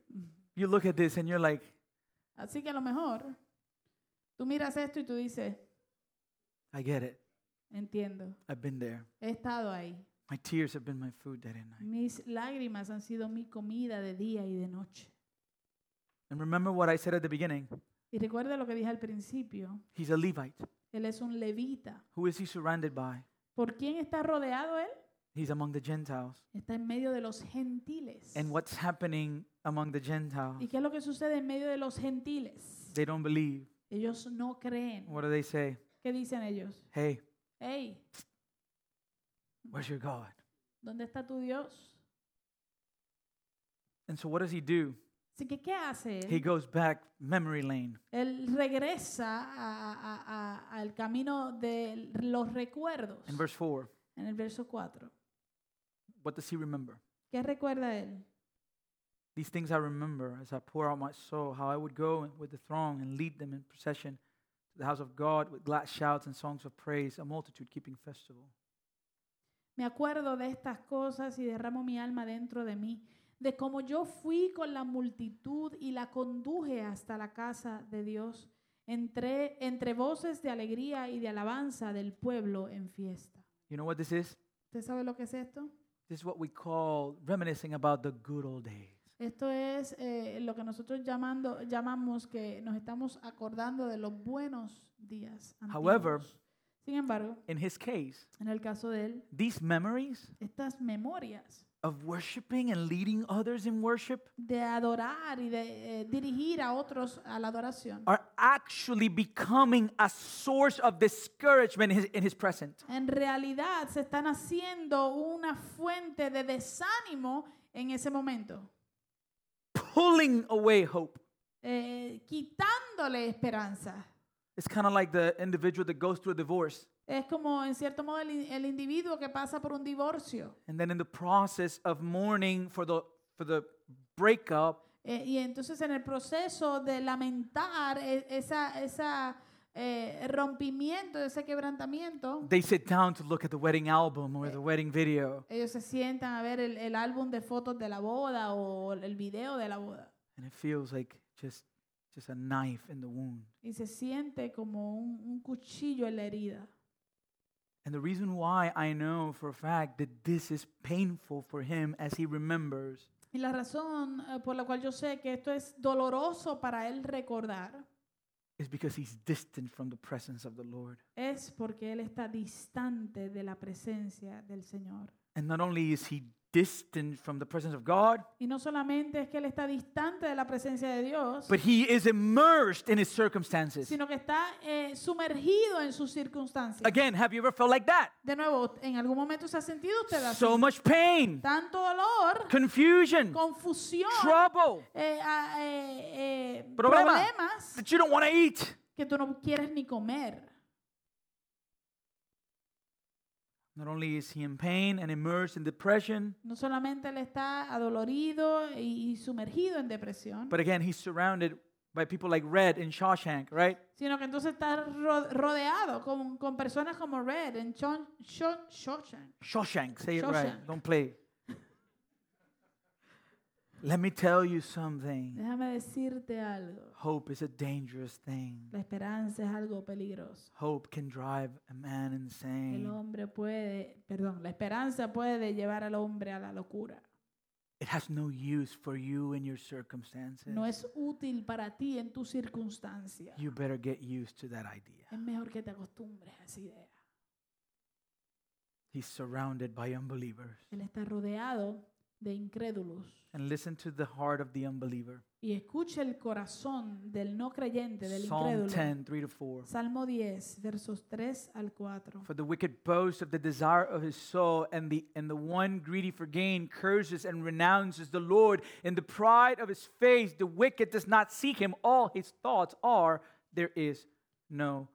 A: you look at this and you're like,
B: Así que a lo mejor tú miras esto y tú dices,
A: I get it.
B: entiendo,
A: I've been there.
B: he estado ahí.
A: My tears have been my food day and night.
B: Mis lágrimas han sido mi comida de día y de noche.
A: And remember what I said at the beginning.
B: Y recuerda lo que dije al principio,
A: He's a Levite.
B: él es un levita.
A: Who is he surrounded by?
B: ¿Por quién está rodeado él?
A: He's among the Gentiles.
B: Está en medio de los gentiles.
A: And what's happening among the Gentiles?
B: ¿Y qué es lo que sucede en medio de los gentiles?
A: They don't believe.
B: Ellos no creen.
A: What do they say?
B: ¿Qué dicen ellos?
A: Hey,
B: Hey,
A: where's your God?
B: ¿dónde está tu Dios?
A: And so what does he do?
B: Así que, ¿qué hace él?
A: He goes back memory lane.
B: Él regresa a- a- a- al camino de los recuerdos.
A: In verse 4,
B: En el verso 4.
A: what does he remember?
B: ¿Qué recuerda él?
A: These things I remember as I pour out my soul, how I would go with the throng and lead them in procession to the house of God with glad shouts and songs of praise, a multitude keeping festival.
B: Me acuerdo de estas cosas y derramo mi alma dentro de mí, de cómo yo fui con la multitud y la conduje hasta la casa de Dios, entre, entre voces de alegría y de alabanza del pueblo en fiesta.
A: You know what this is?
B: ¿Usted sabe lo que es esto?
A: This is what we call reminiscing about the good old days.
B: Esto es eh, lo que nosotros llamando, llamamos que nos estamos acordando de los buenos días. antiguos.
A: However-
B: Sin embargo,
A: In his case,
B: en el caso de él,
A: these memories
B: estas memorias
A: of worshiping and leading others in worship
B: de adorar y de eh, dirigir a otros a la adoración
A: are actually becoming a source of discouragement in his, in his present.
B: en realidad se están haciendo una fuente de desánimo en ese momento,
A: Pulling away hope.
B: eh, quitándole esperanza.
A: It's kind of like the individual that goes through a divorce
B: Es como, en cierto modo, el, in- el individuo que pasa por un divorcio.
A: and then in the process of mourning for the for the breakup
B: Eh, y entonces en el proceso de lamentar e- esa, esa eh, rompimiento, ese quebrantamiento,
A: they sit down to look at the wedding album or the wedding video
B: ellos se sientan a ver el, el álbum de fotos de la boda o el video de la boda.
A: and it feels like just just a knife in the wound
B: Y se siente como un, un cuchillo en la herida.
A: and the reason why i know for a fact that this is painful for him as he remembers
B: Y la razón eh, por la cual yo sé que esto es doloroso para él recordar
A: is because he's distant from the presence of the lord
B: es porque él está distante de la presencia del Señor.
A: and not only is he distant from the presence of god
B: Y no solamente es que él está distante de la presencia de Dios,
A: but he is immersed in his circumstances
B: sino que está eh, sumergido en sus circunstancias.
A: again have you ever felt like that
B: De nuevo, en algún momento se ha sentido usted así.
A: so much pain
B: Tanto dolor,
A: confusion
B: confusión,
A: trouble
B: eh, ah, eh, eh,
A: Problema.
B: problemas
A: that you don't want to eat.
B: que tú no quieres ni comer.
A: Not only is he in pain and immersed in depression,
B: No solamente él está adolorido y, y sumergido en depresión,
A: but again, he's surrounded by people like Red in Shawshank, right?
B: sino que entonces está ro- rodeado con, con personas como Red en Chon- Chon- Shawshank.
A: Shawshank, say it right.
B: Shawshank.
A: Don't play. Let me tell you something.
B: Déjame decirte algo.
A: Hope is a dangerous thing.
B: La esperanza es algo peligroso.
A: Hope can drive a man
B: El
A: insane.
B: hombre puede, perdón, la esperanza puede llevar al hombre a la locura.
A: It has no use for you and your circumstances.
B: No es útil para ti en tu circunstancia.
A: You better get used to that idea.
B: Es mejor que te acostumbres a esa idea.
A: He's surrounded by unbelievers.
B: Él está rodeado de incrédulos.
A: And listen to the heart of the unbeliever.
B: Y escucha el corazón del no creyente, del
A: Psalm
B: incrédulo.
A: 10, 3 to 4.
B: Salmo 10, versos 3 al 4.
A: For the wicked boasts of the desire of his soul, and the, and the one greedy for gain curses and renounces the Lord. In the pride of his face, the wicked does not seek him. All his thoughts are, there is no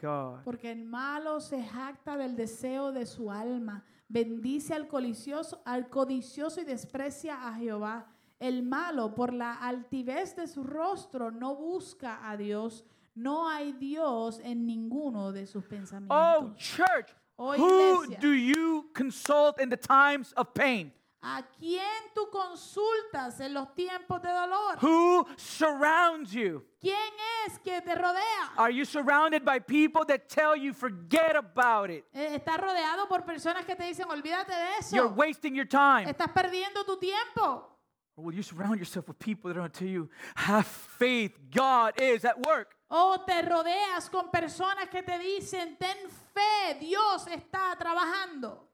A: God.
B: Porque el malo se jacta del deseo de su alma, bendice al codicioso, al codicioso y desprecia a Jehová. El malo, por la altivez de su rostro, no busca a Dios. No hay Dios en ninguno de sus
A: Oh,
B: pensamientos.
A: church,
B: Oh,
A: who
B: iglesia.
A: do you consult in the times of pain?
B: ¿A quién tú consultas en los tiempos de dolor?
A: Who surrounds you?
B: ¿Quién es que te rodea?
A: Are you surrounded by people that tell you forget about it?
B: Eh, Estás rodeado por personas que te dicen, olvídate de
A: You're
B: eso.
A: wasting your time.
B: Estás perdiendo tu tiempo.
A: Or will you surround yourself with people that are going to tell you, have faith, God is at work?
B: O te rodeas con personas que te dicen, ten fe, Dios está trabajando.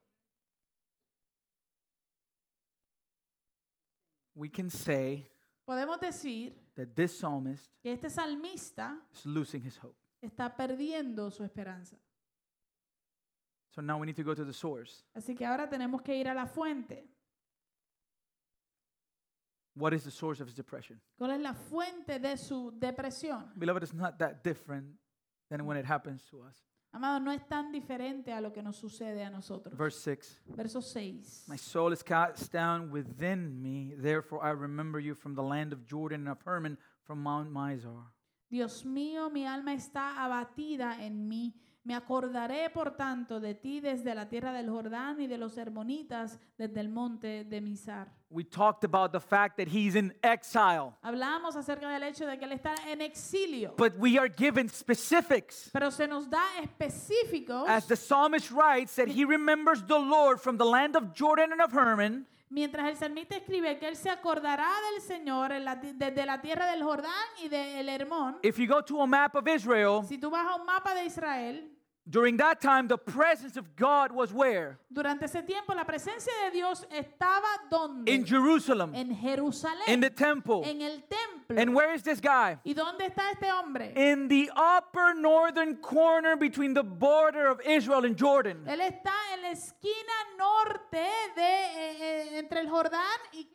A: We can say
B: Podemos decir
A: that this psalmist
B: que este salmista
A: is losing his hope.
B: está perdiendo su esperanza.
A: So now we need to go to the source.
B: Así que ahora tenemos que ir a la fuente.
A: What is the source of his depression?
B: ¿Cuál es la fuente de su depresión?
A: Beloved, it's not that different than when it happens to us.
B: Amado, no es tan diferente a lo que nos sucede a nosotros.
A: Verse 6
B: Verso 6.
A: My soul is cast down within me, therefore I remember you from the land of Jordan and of Hermon, from Mount Mizar.
B: Dios mío, mi alma está abatida en mí. Me acordaré, por tanto, de ti desde la tierra del Jordán y de los hermonitas desde el monte de Misar.
A: We talked about the fact that he's in exile,
B: Hablamos acerca del hecho de que él está en exilio,
A: but we are given specifics.
B: pero se nos da específicos.
A: As the psalmist writes, that he remembers the Lord from the land of Jordan and of Hermon,
B: Mientras el salmista escribe que él se acordará del Señor en la ti- desde la tierra del Jordán y del Hermón.
A: If you go to a map of Israel,
B: Si tú vas a un mapa de Israel,
A: during that time, the presence of God was where?
B: durante ese tiempo la presencia de Dios estaba donde?
A: In Jerusalem,
B: en Jerusalén.
A: in the temple.
B: en el templo.
A: And where is this guy?
B: ¿Y dónde está este hombre?
A: In the upper northern corner between the border of Israel and Jordan.
B: Él está en la esquina norte de eh, eh, entre el Jordán y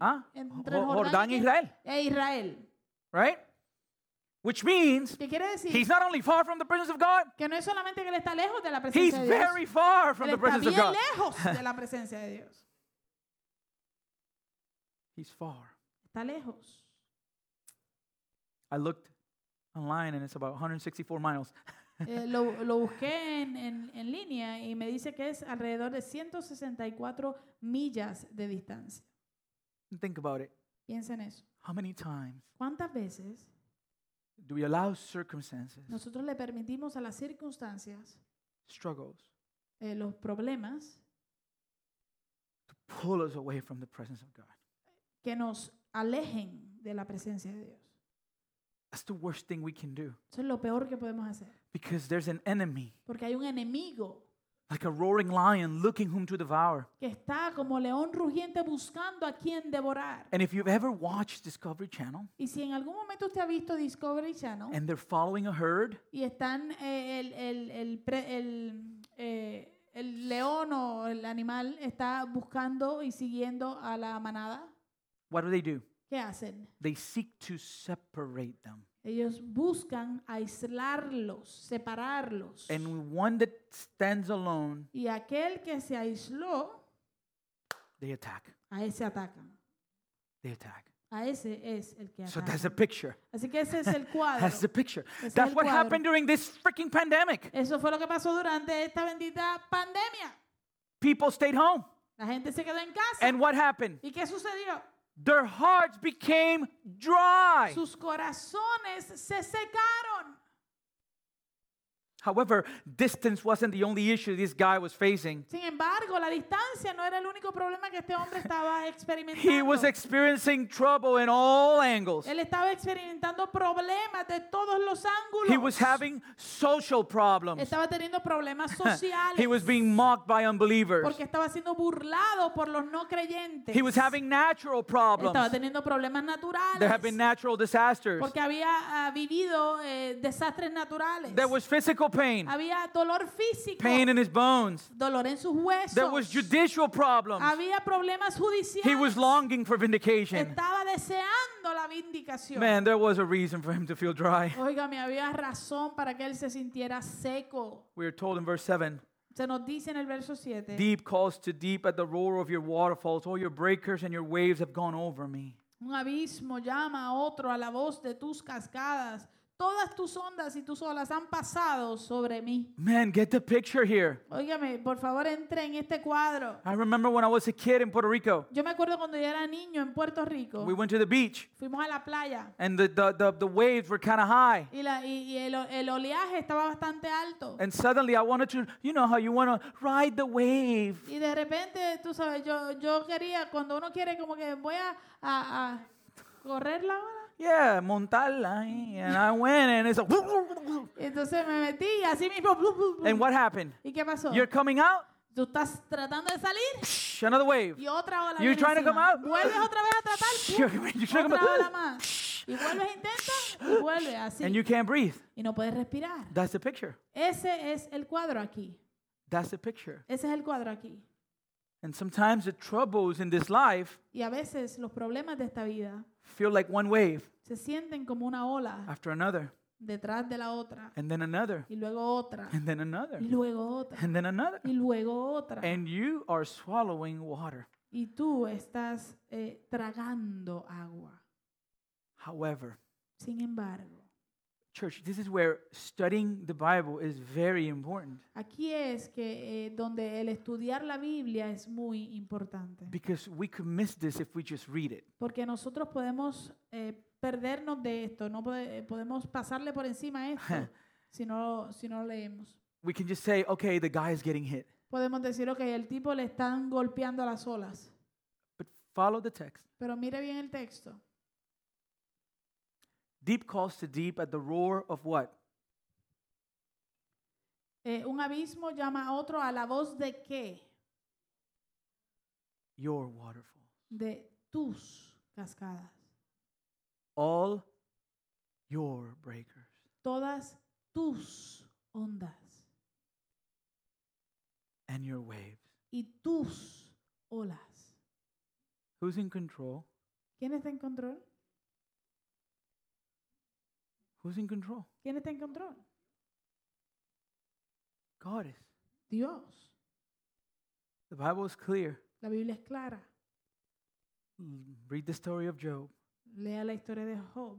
A: Huh?
B: entre el
A: Jo- Jordán,
B: Jordán y-
A: Israel,
B: e Israel.
A: right? Which means
B: ¿Qué quiere decir?
A: he's not only far from the presence of God,
B: que no es solamente que él está lejos de la
A: he's
B: presencia de Dios.
A: very far from
B: él
A: the
B: está
A: presence of
B: bien
A: God.
B: lejos de la presencia de Dios.
A: He's far.
B: Está lejos.
A: I looked online and it's about 164 miles.
B: Eh, lo, lo busqué en, en- en línea y me dice que es alrededor de 164 millas de distancia.
A: Think about it.
B: Piensa en eso.
A: How many times
B: ¿Cuántas veces
A: do we allow circumstances,
B: nosotros le permitimos a las circunstancias
A: struggles,
B: eh, los problemas
A: pull us away from the presence of God.
B: que nos alejen de la presencia de Dios.
A: That's the worst thing we can do
B: Eso es lo peor que podemos hacer,
A: because there's an enemy,
B: porque hay un enemigo
A: like a roaring lion looking whom to devour.
B: que está como león rugiente buscando a quien devorar.
A: And if you've ever watched Discovery Channel
B: Y si en algún momento usted ha visto Discovery Channel
A: and they're following a herd,
B: y están eh, el, el, el, pre- el, eh, el león o el animal está buscando y siguiendo a la manada,
A: what do they do?
B: ¿qué hacen?
A: They seek to separate them.
B: Ellos buscan aislarlos, separarlos.
A: And one that stands alone,
B: Y aquel que se aisló,
A: they attack.
B: a ese atacan.
A: They attack.
B: A ese es el que
A: So
B: ataca.
A: that's the picture.
B: Así que ese es el cuadro.
A: That's the picture.
B: es
A: That's
B: el
A: what
B: cuadro.
A: happened during this freaking pandemic.
B: Eso fue lo que pasó durante esta bendita pandemia.
A: People stayed home.
B: La gente se quedó en casa.
A: And what happened?
B: ¿Y qué sucedió?
A: Their hearts became dry.
B: Sus corazones se secaron.
A: However, distance wasn't the only issue this guy was facing.
B: Sin embargo, la distancia no era el único problema que este hombre estaba
A: He was
B: experimentando.
A: experiencing trouble in all angles.
B: Él estaba experimentando problemas de todos los
A: He was
B: ángulos.
A: having social problems.
B: Estaba teniendo problemas sociales.
A: He was being mocked by unbelievers.
B: porque estaba siendo burlado por los no creyentes.
A: He was having natural
B: estaba
A: problems.
B: teniendo problemas
A: There have been
B: naturales.
A: natural disasters.
B: Porque había ah, vivido eh, desastres naturales.
A: There was physical pain,
B: había dolor físico,
A: pain in his bones.
B: dolor en sus huesos.
A: There was judicial problems.
B: había problemas
A: He
B: judiciales.
A: was longing for vindication.
B: estaba deseando la vindicación.
A: Man, there was a reason for him to feel dry.
B: Óigame, había razón para que él se sintiera seco.
A: We are told in verse 7
B: Se nos dice en el verso 7.
A: Deep calls to deep at the roar of your waterfalls. All your breakers and your waves have gone over me.
B: Un abismo llama a otro a la voz de tus cascadas. Todas tus ondas y tus olas han pasado sobre mí.
A: Man, get the picture here.
B: Óigame, por favor, entre en este cuadro.
A: I remember when I was a kid in Puerto Rico,
B: Yo me acuerdo cuando yo era niño en Puerto Rico.
A: we went to the beach
B: Fuimos a la playa
A: and the, the, the, the waves were kind of high.
B: y, la, y, y el, o- el oleaje estaba bastante alto.
A: And suddenly I wanted to, you know how you want to ride the wave.
B: Y de repente, tú sabes, yo, yo quería, cuando uno quiere como que voy a, a, a correr la ola.
A: Yeah, montarla. eh? And I went and it's like,
B: Entonces me metí y así mismo. blu, blu, blu.
A: and what happened?
B: ¿Y qué pasó?
A: You're coming out,
B: Tú estás tratando de salir
A: psh, another wave.
B: y otra ola.
A: You're
B: viene
A: trying to
B: encima.
A: come out.
B: Vuelves otra vez a tratar.
A: Shh,
B: pum,
A: you're- you're trying to
B: otra
A: come out.
B: ola más. Y vuelves, intentas y vuelves así.
A: And you can't breathe.
B: y no puedes respirar.
A: That's the picture.
B: Ese es el cuadro aquí.
A: That's the picture.
B: Ese es el cuadro aquí.
A: And sometimes the troubles in this life
B: Y a veces los problemas de esta vida
A: feel like one wave
B: se sienten como una ola
A: after another,
B: detrás de la otra.
A: and then another,
B: Y luego otra.
A: and then another,
B: Y luego otra.
A: and then another.
B: Y luego otra.
A: And you are swallowing water.
B: Y tú estás eh, tragando agua.
A: However,
B: Sin embargo,
A: church, this is where studying the Bible is very important
B: aquí es que eh, donde el estudiar la Biblia es muy importante.
A: because we could miss this if we just read it.
B: Porque nosotros podemos eh, perdernos de esto, no pode- eh, podemos pasarle por encima a esto si no, si no lo leemos.
A: We can just say, okay, the guy is getting hit.
B: Podemos decir, ok, el tipo le están golpeando las olas.
A: But follow the text.
B: Pero mire bien el texto.
A: Deep calls to deep at the roar of what?
B: Eh, un abismo llama a otro a la voz de qué?
A: Your waterfall.
B: De tus cascadas.
A: All your breakers.
B: Todas tus ondas.
A: and your waves.
B: y tus olas.
A: Who's in control?
B: ¿Quién está en control?
A: Who's in control?
B: ¿Quién está en control?
A: God is.
B: Dios.
A: The Bible is clear.
B: La Biblia es clara.
A: Read the story of Job.
B: Lea la historia de Job.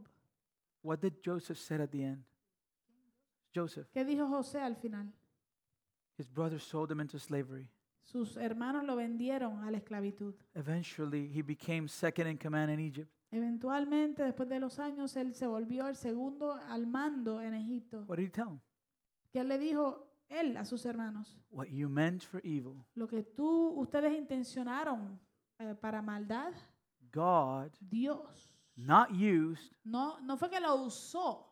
A: What did Joseph said at the end? Joseph,
B: ¿Qué dijo José al final?
A: his brothers sold him into slavery.
B: Sus hermanos lo vendieron a la esclavitud.
A: Eventually, he became second in command in Egypt.
B: Eventualmente, después de los años, él se volvió el segundo al mando en Egipto.
A: What did he tell him?
B: ¿Qué le dijo él a sus hermanos?
A: What you meant for evil,
B: Lo que tú, ustedes intencionaron eh, para maldad,
A: God,
B: Dios.
A: not used,
B: No, no fue que lo usó,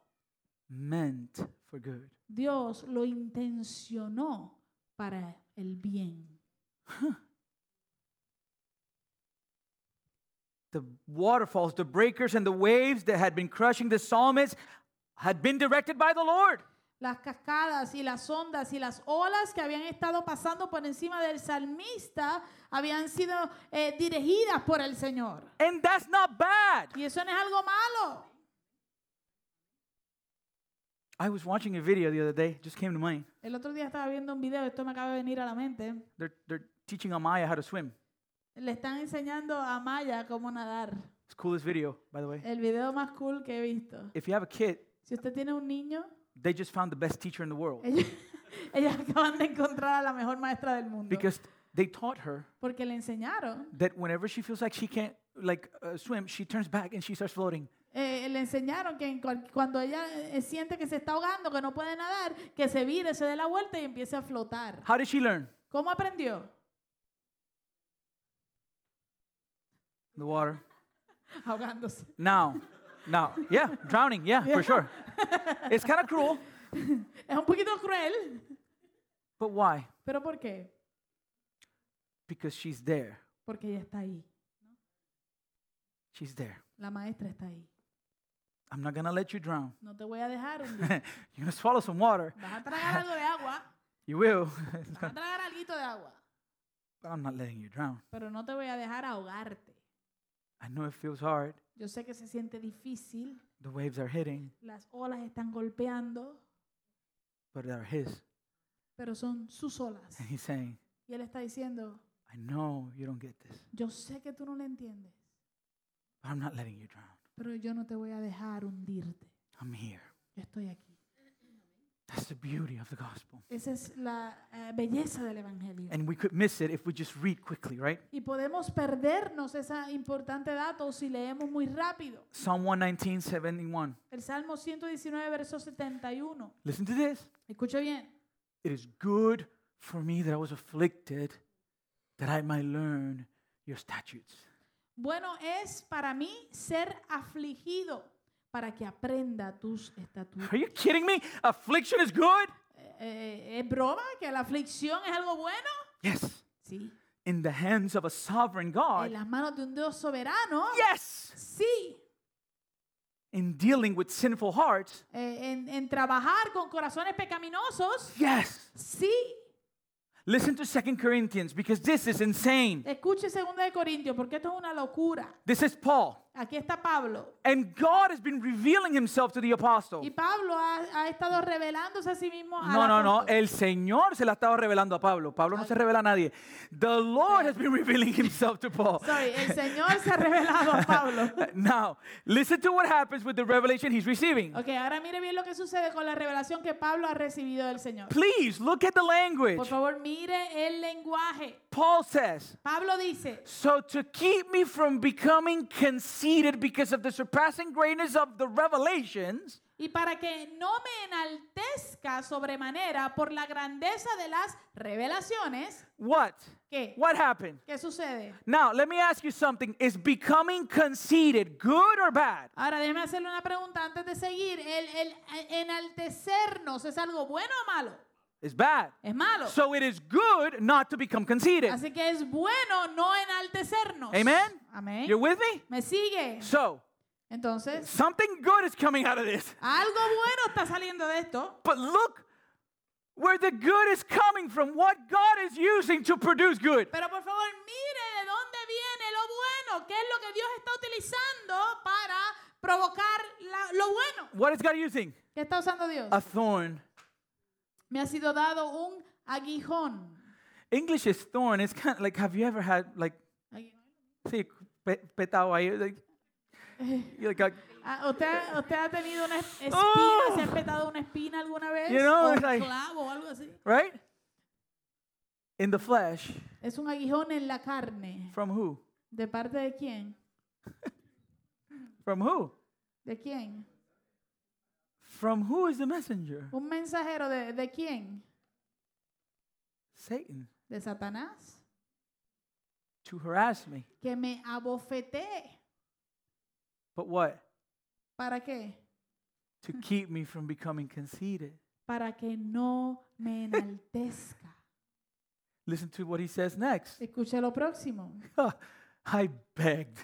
A: meant for good.
B: Dios lo intencionó para el bien.
A: The waterfalls, the breakers, and the waves that had been crushing the psalmist had been directed by the Lord.
B: Las cascadas y las ondas y las olas que habían estado pasando por encima del salmista habían sido eh, dirigidas por el Señor.
A: And that's not bad.
B: Y eso no es algo malo.
A: I was watching a video the other day, just came to mind.
B: El otro día estaba viendo un video, esto me acaba de venir a la mente.
A: They're, they're teaching Amaya how to swim.
B: Le están enseñando a Maya cómo nadar.
A: It's the coolest video, by the way.
B: El video más cool que he visto.
A: If you have a kid,
B: Si usted tiene un niño,
A: they just found the best teacher in the world
B: ellos, ellos acaban de encontrar a la mejor maestra del mundo.
A: because they taught her
B: Porque le enseñaron
A: that whenever she feels like she can't like uh, swim, she turns back and she starts floating.
B: Eh, le enseñaron que en cual- cuando ella eh, siente que se está ahogando, que no puede nadar, que se vire, se dé la vuelta y empiece a flotar.
A: How did she learn?
B: ¿Cómo aprendió?
A: The water.
B: Ahogándose.
A: Now, now, yeah, drowning, yeah, for sure. It's kind of cruel,
B: Es un poquito cruel,
A: but why?
B: pero ¿por qué?
A: Because she's there.
B: Porque ella está ahí.
A: She's there.
B: La maestra está ahí.
A: I'm not gonna let you drown.
B: No te voy a dejar hundir.
A: You're gonna swallow some water.
B: Vas a tragar algo de agua.
A: You will.
B: Vas a tragar algo de agua.
A: but I'm not letting you drown.
B: Pero no te voy a dejar ahogarte.
A: I know it feels hard.
B: Yo sé que se siente difícil.
A: The waves are hitting,
B: Las olas están golpeando.
A: but they're his.
B: Pero son sus olas.
A: And he's saying,
B: Y él está diciendo,
A: I know you don't get this,
B: yo sé que tú no lo entiendes.
A: but I'm not letting you drown.
B: Pero yo no te voy a dejar hundirte.
A: I'm here.
B: Yo estoy aquí.
A: That's the beauty of the gospel.
B: Esa es la eh, belleza del Evangelio.
A: And we could miss it if we just read quickly, right?
B: Y podemos perdernos ese importante dato si leemos muy rápido.
A: Psalm 119, 71.
B: El Salmo 119, verso 71.
A: Listen to this.
B: Escucha bien.
A: It is good for me that I was afflicted, that I might learn your statutes.
B: Bueno es para mí ser afligido para que aprenda tus estatutos.
A: Are you kidding me? Affliction is good?
B: Eh, eh, ¿Es broma que la aflicción es algo bueno?
A: Yes.
B: Sí.
A: In the hands of a sovereign
B: En
A: God?
B: las manos de un Dios soberano.
A: Yes.
B: Sí.
A: In dealing with sinful hearts?
B: Eh, en, en trabajar con corazones pecaminosos.
A: Yes.
B: Sí.
A: Listen to 2 Corinthians because this is insane.
B: Escuche 2 de Corintios porque esto es una locura.
A: This is Paul.
B: Aquí está Pablo.
A: And God has been revealing himself to the apostle.
B: Y Pablo ha, ha estado revelándose a sí mismo. al
A: No, no, eh. no.
B: apóstol.
A: El Señor se la estaba revelando a Pablo. Pablo no se revela a nadie. The Lord has been revealing himself to Paul.
B: Sorry, el Señor se ha revelado a Pablo.
A: Now, listen to what happens with the revelation he's receiving.
B: Ok, ahora mire bien lo que sucede con la revelación que Pablo ha recibido del Señor.
A: Please look at the
B: Por
A: language.
B: favor, mire el lenguaje.
A: Paul says,
B: Pablo dice,
A: So to keep me from becoming conceited because of the surpassing greatness of the revelations,
B: y para que no me enaltezca sobremanera por la grandeza de las revelaciones,
A: what?
B: ¿qué?
A: What happened?
B: ¿Qué sucede?
A: Now, let me ask you something. Is becoming conceited good or bad?
B: Ahora déjeme hacerle una pregunta antes de seguir. El, el enaltecernos es algo bueno o malo?
A: It's bad.
B: Es malo.
A: So it is good not to become conceited.
B: Así que es bueno no enaltecernos.
A: Amen?
B: Amén.
A: You're with me?
B: ¿Me sigue?
A: So,
B: Entonces,
A: something good is coming out of this.
B: algo bueno está saliendo de esto.
A: But look where the good is coming from, what God is using to produce good.
B: Pero por favor, mire de dónde viene lo bueno, qué es lo que Dios está utilizando para provocar la- lo bueno.
A: What is God using?
B: ¿Qué está usando Dios?
A: A thorn.
B: Me ha sido dado un aguijón.
A: English is thorn. It's kind of like, have you ever had, like,
B: Agui-
A: sí, pe- petado ahí, like, you like a,
B: Ah, ¿Usted, usted ha tenido una es- espina?
A: Oh.
B: ¿Se ha petado una espina alguna vez?
A: You know,
B: ¿O un
A: it's like-
B: clavo o algo así?
A: right? In the flesh.
B: Es un aguijón en la carne.
A: From who?
B: ¿De parte de quién?
A: From who?
B: ¿De quién?
A: From who is the messenger?
B: ¿Un mensajero de, de quién?
A: Satan.
B: ¿De Satanás?
A: To harass me.
B: Que me abofetee.
A: But what?
B: ¿Para qué?
A: To keep me from becoming conceited.
B: para que no me enaltezca.
A: Listen to what he says next.
B: Escuche lo próximo.
A: Huh, I begged.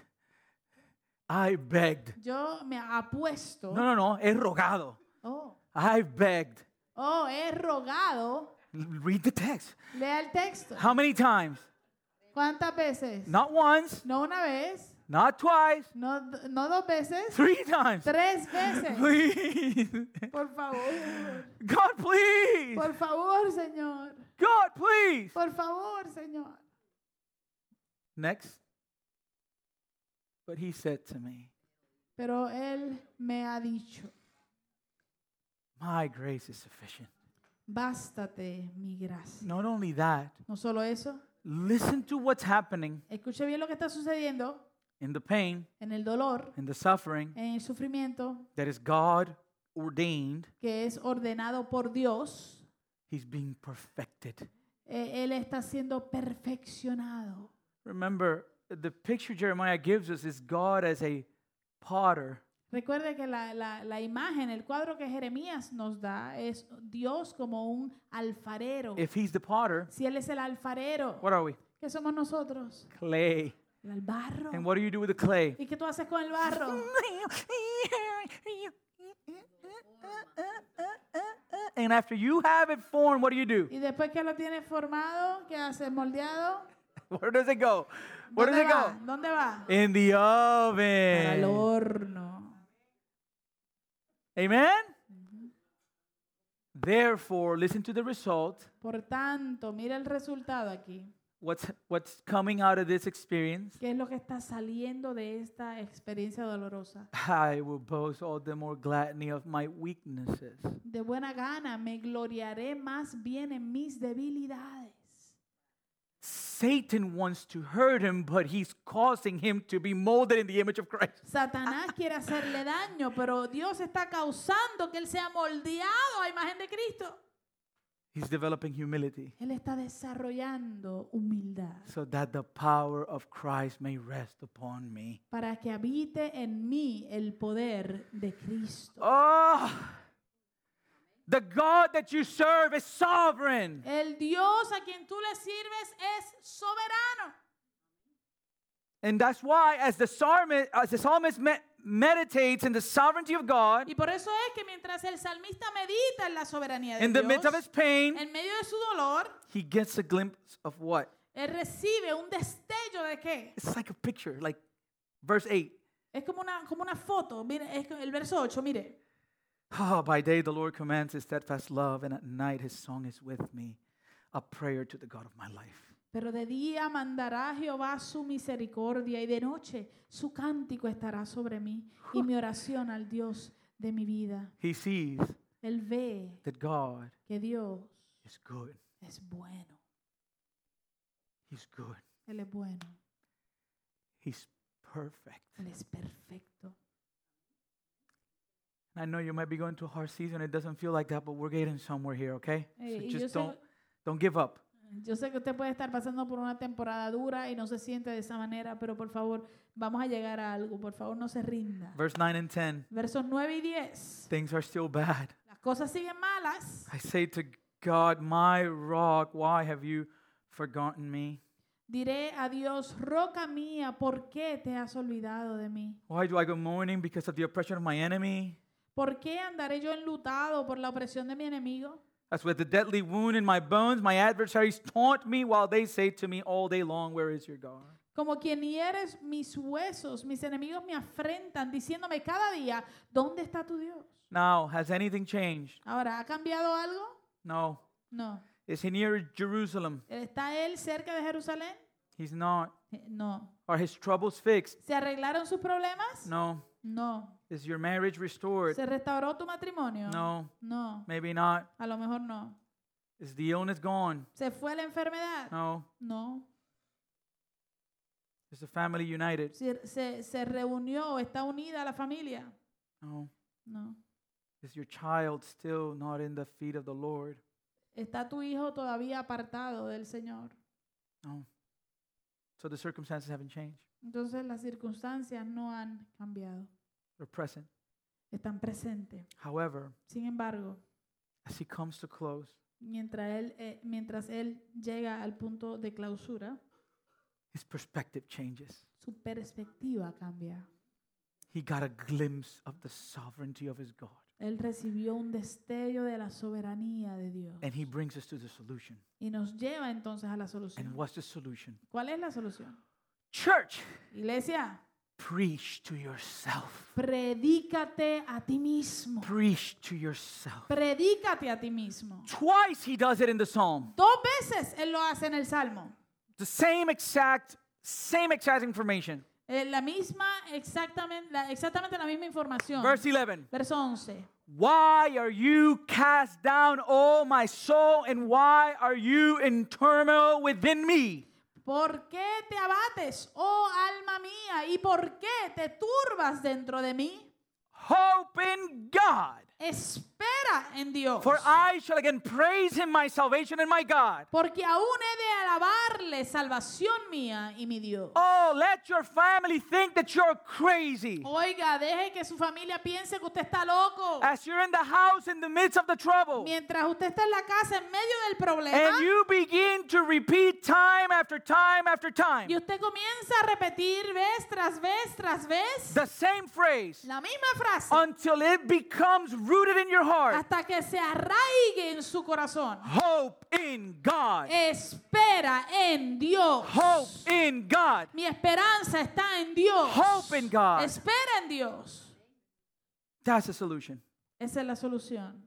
A: I begged.
B: Yo me apuesto.
A: No, no, no. He rogado.
B: Oh,
A: I begged.
B: oh, he rogado.
A: L- Read the text.
B: Lea el texto.
A: How many times?
B: ¿Cuántas veces?
A: Not once,
B: No una vez,
A: not twice,
B: no, d- no dos veces,
A: three times.
B: tres veces.
A: Please.
B: Por favor,
A: God, please.
B: por favor, Señor.
A: God, please.
B: Por favor, Señor.
A: Next. But he said to me,
B: Pero Él me ha dicho,
A: My grace is sufficient.
B: bástate mi gracia.
A: Not only that,
B: No solo eso,
A: listen to what's happening
B: escuche bien lo que está sucediendo
A: in in the pain,
B: en el dolor,
A: in the suffering
B: en el sufrimiento
A: that is God ordained,
B: que es ordenado por Dios,
A: he's being perfected.
B: eh, Él está siendo perfeccionado.
A: Remember, the picture Jeremiah gives us is God as a potter
B: Recuerde que la, la- la imagen, el cuadro que Jeremías nos da es Dios como un alfarero.
A: If he's the potter,
B: si Él es el alfarero,
A: what are we?
B: ¿qué somos nosotros?
A: Clay.
B: El barro.
A: And what do you do with the clay?
B: ¿Y qué tú haces con el barro?
A: And after you have it formed, what do you do?
B: Y después que lo tienes formado, ¿qué haces? ¿Moldeado?
A: Where does it go? Where does
B: ¿Dónde
A: it go? Eh.
B: va? ¿Dónde va?
A: In the
B: Para
A: oven.
B: el horno.
A: Amen? Therefore, listen to the result.
B: Por tanto, mira el resultado aquí.
A: What's, what's coming out of this experience?
B: ¿Qué es lo que está saliendo de esta experiencia dolorosa?
A: I will boast all the more gladly of my weaknesses.
B: De buena gana me gloriaré más bien en mis debilidades.
A: Satan wants to hurt him, but he's causing him to be molded in the image of Christ.
B: Satanás quiere hacerle daño, pero Dios está causando que él sea moldeado a imagen de Cristo.
A: He's developing humility
B: Él está desarrollando humildad
A: so that the power of Christ may rest upon me.
B: para que habite en mí el poder de Cristo.
A: Oh, the God that you serve is sovereign.
B: El Dios a quien tú le sirves es soberano.
A: And that's why, as the psalmist, as the psalmist me- meditates in the sovereignty of God,
B: Y por eso es que mientras el salmista medita en la soberanía de
A: in the
B: Dios,
A: midst of his pain,
B: en medio de su dolor,
A: he gets a glimpse of what?
B: él recibe un destello de qué?
A: It's like a picture, like verse 8.
B: Es como una, como una foto. Mire, es el verso 8, mire.
A: Oh, by day the Lord commands his steadfast love, and at night his song is with me, a prayer to the God of my life.
B: Pero de día mandará Jehová su misericordia y de noche su cántico estará sobre mí y mi oración al Dios de mi vida.
A: He sees
B: Él ve
A: that God
B: que Dios
A: is good.
B: es bueno.
A: He's good.
B: Él es bueno.
A: He's perfect.
B: Él es perfecto.
A: And I know you might be going through a hard season. It doesn't feel like that, but we're getting somewhere here, okay?
B: Eh,
A: So
B: y yo
A: just
B: sé,
A: don't don't give up.
B: yo sé que usted puede estar pasando por una temporada dura y no se siente de esa manera, pero por favor, vamos a llegar a algo. Por favor, no se rinda.
A: Verse 9 and 10.
B: Versos 9 y 10.
A: Things are still bad.
B: Las cosas siguen malas.
A: I say to God, my rock, why have you forgotten me?
B: Diré a Dios, roca mía, ¿por qué te has olvidado de mí?
A: Why do I go mourning because of the oppression of my enemy?
B: ¿Por qué andaré yo enlutado por la opresión de mi enemigo?
A: As with the deadly wound in my bones, my adversaries taunt me while they say to me all day long, Where is your God?
B: Como quien hieres mis huesos, mis enemigos me afrentan, diciéndome cada día, ¿dónde está tu Dios?
A: Now, has anything changed?
B: Ahora, ¿ha cambiado algo?
A: No.
B: No.
A: Is he near Jerusalem?
B: ¿Está él cerca de Jerusalén?
A: He's not.
B: Eh, No.
A: Are his troubles fixed?
B: ¿Se arreglaron sus problemas?
A: No.
B: No.
A: Is your marriage restored?
B: ¿Se restauró tu matrimonio?
A: No.
B: No.
A: Maybe not.
B: A lo mejor no.
A: Is the illness gone?
B: ¿Se fue la enfermedad?
A: No.
B: No.
A: Is the family united?
B: ¿Se, se, se reunió o está unida la familia?
A: No.
B: No.
A: Is your child still not in the feet of the Lord?
B: ¿Está tu hijo todavía apartado del Señor?
A: No. So the circumstances haven't changed.
B: Entonces las circunstancias no han cambiado,
A: They're present.
B: están presentes.
A: However,
B: Sin embargo,
A: as he comes to close,
B: mientras él, eh, mientras él llega al punto de clausura,
A: his perspective changes.
B: su perspectiva cambia.
A: He got a glimpse of the sovereignty of his God.
B: Él recibió un destello de la soberanía de Dios
A: And he brings us to the solution.
B: y nos lleva entonces a la
A: And
B: solución.
A: what's the solution?
B: ¿Cuál es la solución?
A: Church,
B: Iglesia,
A: preach to yourself.
B: predícate a ti mismo.
A: Preach to yourself.
B: Predícate a ti mismo.
A: Twice he does it in the psalm.
B: Dos veces él lo hace en el Salmo.
A: The same exact, same exact information.
B: Eh, la misma, exactamente la, exactamente la misma información.
A: Verse 11.
B: Verso 11.
A: Why are you cast down, O my soul, and why are you in turmoil within me?
B: ¿Por qué te abates, oh alma mía? ¿Y por qué te turbas dentro de mí?
A: Hope in God.
B: Espera en Dios.
A: For I shall again praise him, my salvation and my God.
B: Porque aún he de alabarle salvación mía y mi Dios.
A: Oh, let your family think that you're
B: Oh.
A: crazy.
B: Oiga, deje que su familia piense que usted está loco.
A: As you're in the house in the midst of the trouble,
B: Mientras usted está en la casa en medio del problema
A: and you begin to repeat time after time after time
B: y usted comienza a repetir vez tras vez tras vez
A: the same phrase
B: la misma frase
A: until it becomes rooted in your heart.
B: hasta que se arraigue en su corazón.
A: Hope in God.
B: Espera en Dios.
A: Hope in God.
B: Mi esperanza está en Dios.
A: Hope in God.
B: Espera en Dios.
A: That's the solution.
B: Esa es la solución.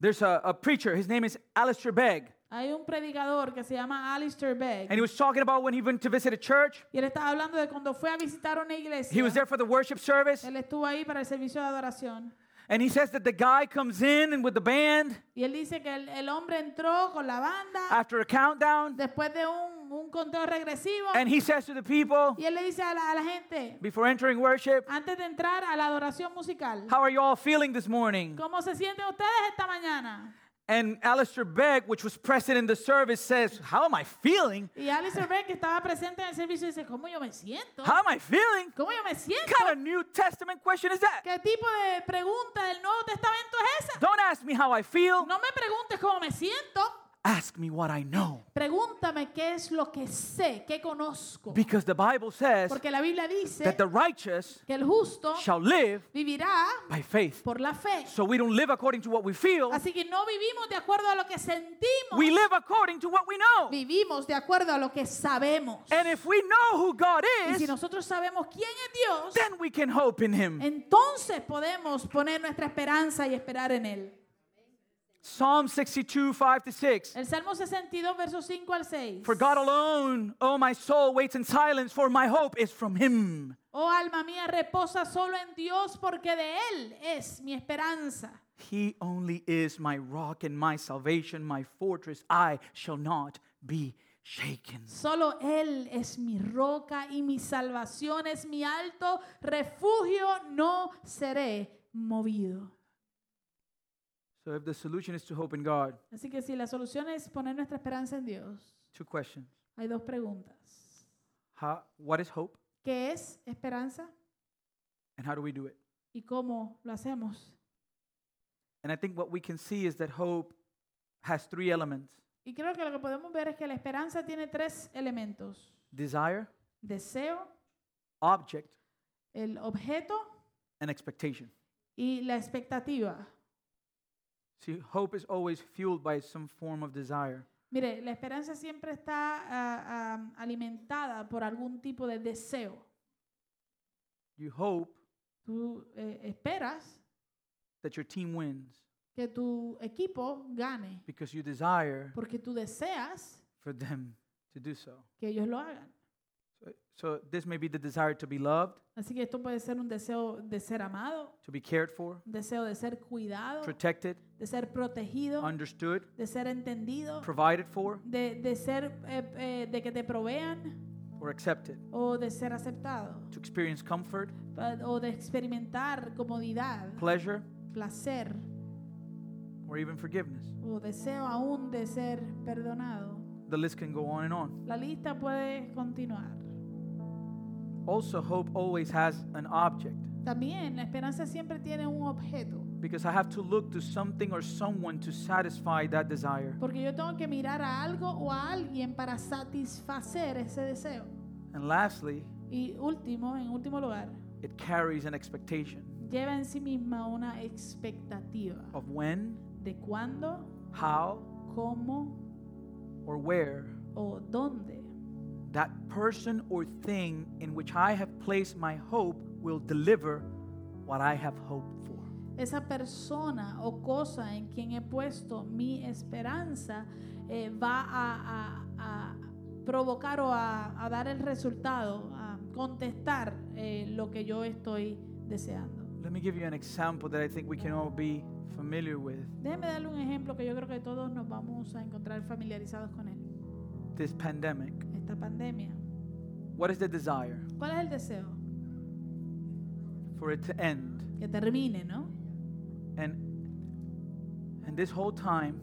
A: There's a, a preacher, his name is Alistair Begg,
B: Hay un predicador que se llama Alistair
A: and
B: Begg.
A: he was talking about when he went to visit a church.
B: Y él estaba hablando de cuando fue a visitar una
A: He
B: iglesia.
A: was there for the worship service,
B: Él estuvo ahí para el servicio de adoración.
A: and he says that the guy comes in and with the band
B: Y él dice que el, el hombre entró con la banda
A: after a countdown,
B: después de un, un conteo regresivo.
A: and he says to the people
B: Y él le dice a la, a la gente,
A: before entering worship,
B: antes de entrar a la adoración musical,
A: How are you all feeling this morning?
B: ¿cómo se sienten ustedes esta mañana?
A: And Alistair Begg, which was present in the service, says, How am I feeling?
B: Y Alistair Begg, que estaba presente en el servicio, dice, ¿cómo yo me siento?
A: How am I feeling?
B: ¿Cómo yo me siento?
A: What kind of New Testament question is that?
B: ¿Qué tipo de pregunta del Nuevo Testamento es esa?
A: Don't ask me how I feel.
B: No me preguntes cómo me siento.
A: Ask me what I know.
B: Pregúntame qué es lo que sé, qué conozco.
A: Because the Bible says
B: Porque la Biblia dice
A: that the righteous
B: que el justo
A: shall live
B: vivirá
A: by faith.
B: por la fe.
A: So we don't live according to what we feel.
B: Así que no vivimos de acuerdo a lo que sentimos.
A: We live according to what we know.
B: Vivimos de acuerdo a lo que sabemos.
A: And if we know who God
B: Y si
A: is,
B: nosotros sabemos quién es Dios,
A: then we can hope in Him.
B: entonces podemos poner nuestra esperanza y esperar en Él.
A: Psalm 62, 5 to 6.
B: El Salmo 62, versos 5 al 6.
A: For God alone, oh my soul, waits in silence, for my hope is from Him.
B: Oh alma mía, reposa solo en Dios porque de Él es mi esperanza.
A: He only is my rock and my salvation, my fortress. I shall not be shaken.
B: Solo Él es mi roca y mi salvación es mi alto refugio. No seré movido.
A: So, if the solution is to hope in God,
B: Así que si la solución es poner nuestra esperanza en Dios,
A: two questions.
B: hay dos preguntas.
A: How, what is hope
B: ¿Qué es esperanza
A: and how do we do it?
B: y cómo lo hacemos?
A: And I think what we can see is that hope has three elements
B: Y creo que lo que podemos ver es que la esperanza tiene tres elementos.
A: desire,
B: Deseo,
A: object,
B: el objeto
A: and expectation.
B: y la expectativa.
A: See, hope is always fueled by some form of desire.
B: Mire, la esperanza siempre está ah, ah, alimentada por algún tipo de deseo.
A: You hope
B: Tú eh, esperas
A: that your team wins
B: que tu equipo gane
A: because you desire
B: porque tú deseas
A: for them to do so.
B: que ellos lo hagan.
A: So, so this may be the desire to be loved,
B: Así que esto puede ser un deseo de ser amado,
A: to be cared for,
B: un deseo de ser cuidado,
A: protected,
B: de ser protegido,
A: understood,
B: de ser entendido,
A: provided for,
B: de, de ser eh, eh, de que te provean
A: or accepted,
B: o de ser aceptado
A: to experience comfort,
B: pa- o de experimentar comodidad,
A: pleasure,
B: placer
A: or even forgiveness.
B: o deseo aún de ser perdonado.
A: The list can go on and on.
B: La lista puede continuar.
A: Also, hope always has an object
B: También la esperanza siempre tiene un objeto,
A: because I have to look to something or someone to satisfy that desire.
B: porque yo tengo que mirar a algo o a alguien para satisfacer ese deseo.
A: And lastly,
B: Y último, en último lugar,
A: it carries an expectation
B: lleva en sí misma una expectativa
A: of when,
B: de cuándo,
A: how,
B: cómo
A: or where
B: o dónde
A: that person or thing in which I have placed my hope will deliver what I have hoped for.
B: esa persona o cosa en quien he puesto mi esperanza eh, va a, a- a provocar o a, a dar el resultado, a contestar eh, lo que yo estoy deseando.
A: Let me give you an example that I think we can all be familiar with.
B: Déjeme darle un ejemplo que yo creo que todos nos vamos a encontrar familiarizados con él.
A: this pandemic,
B: esta pandemia.
A: what is the desire?
B: ¿Cuál es el deseo?
A: For it to end.
B: Que termine, ¿no?
A: And and this whole time,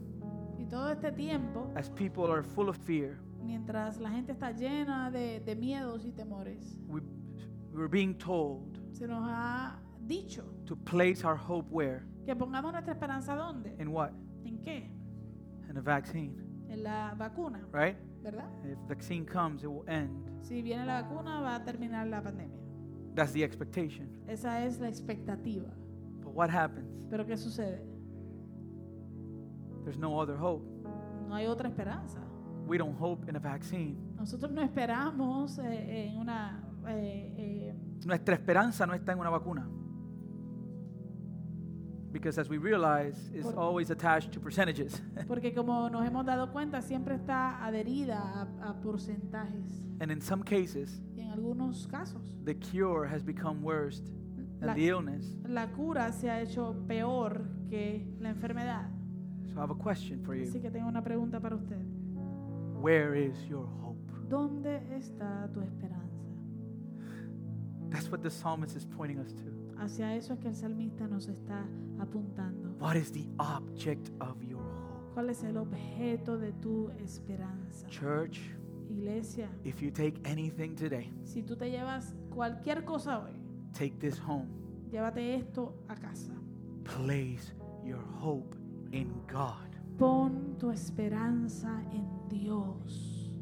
B: Y todo este tiempo,
A: as people are full of fear,
B: mientras la gente está llena de, de miedos y temores,
A: we, we were being told
B: se nos ha dicho
A: to place our hope where?
B: que pongamos nuestra esperanza dónde,
A: In what?
B: en qué,
A: In a vaccine,
B: en la vacuna,
A: right?
B: ¿verdad?
A: If vaccine comes, it will end.
B: Si viene la vacuna va a terminar la pandemia.
A: That's the expectation.
B: Esa es la expectativa.
A: But what happens?
B: Pero ¿qué sucede?
A: There's no other hope.
B: No hay otra esperanza.
A: We don't hope in a vaccine.
B: Nosotros no esperamos eh, en una eh, eh,
A: Nuestra esperanza no está en una vacuna. Because as we realize, it's
B: Por-
A: always attached to percentages.
B: eh, porque como nos hemos dado cuenta siempre está adherida a, a porcentajes
A: And in some cases,
B: y en algunos casos
A: the cure has become worse than
B: La-
A: the illness.
B: la cura se ha hecho peor que la enfermedad.
A: So I have a question for
B: Así
A: you.
B: que tengo una pregunta para usted.
A: Where is your hope?
B: ¿Dónde está tu esperanza?
A: That's what the psalmist is pointing us to.
B: Hacia eso es que el salmista nos está apuntando.
A: What is the object of your hope?
B: ¿Cuál es el objeto de tu esperanza?
A: Church,
B: Iglesia,
A: if you take anything today,
B: si tú te llevas cualquier cosa hoy,
A: take this home.
B: llévate esto a casa.
A: Place your hope in God.
B: Pon tu esperanza en Dios.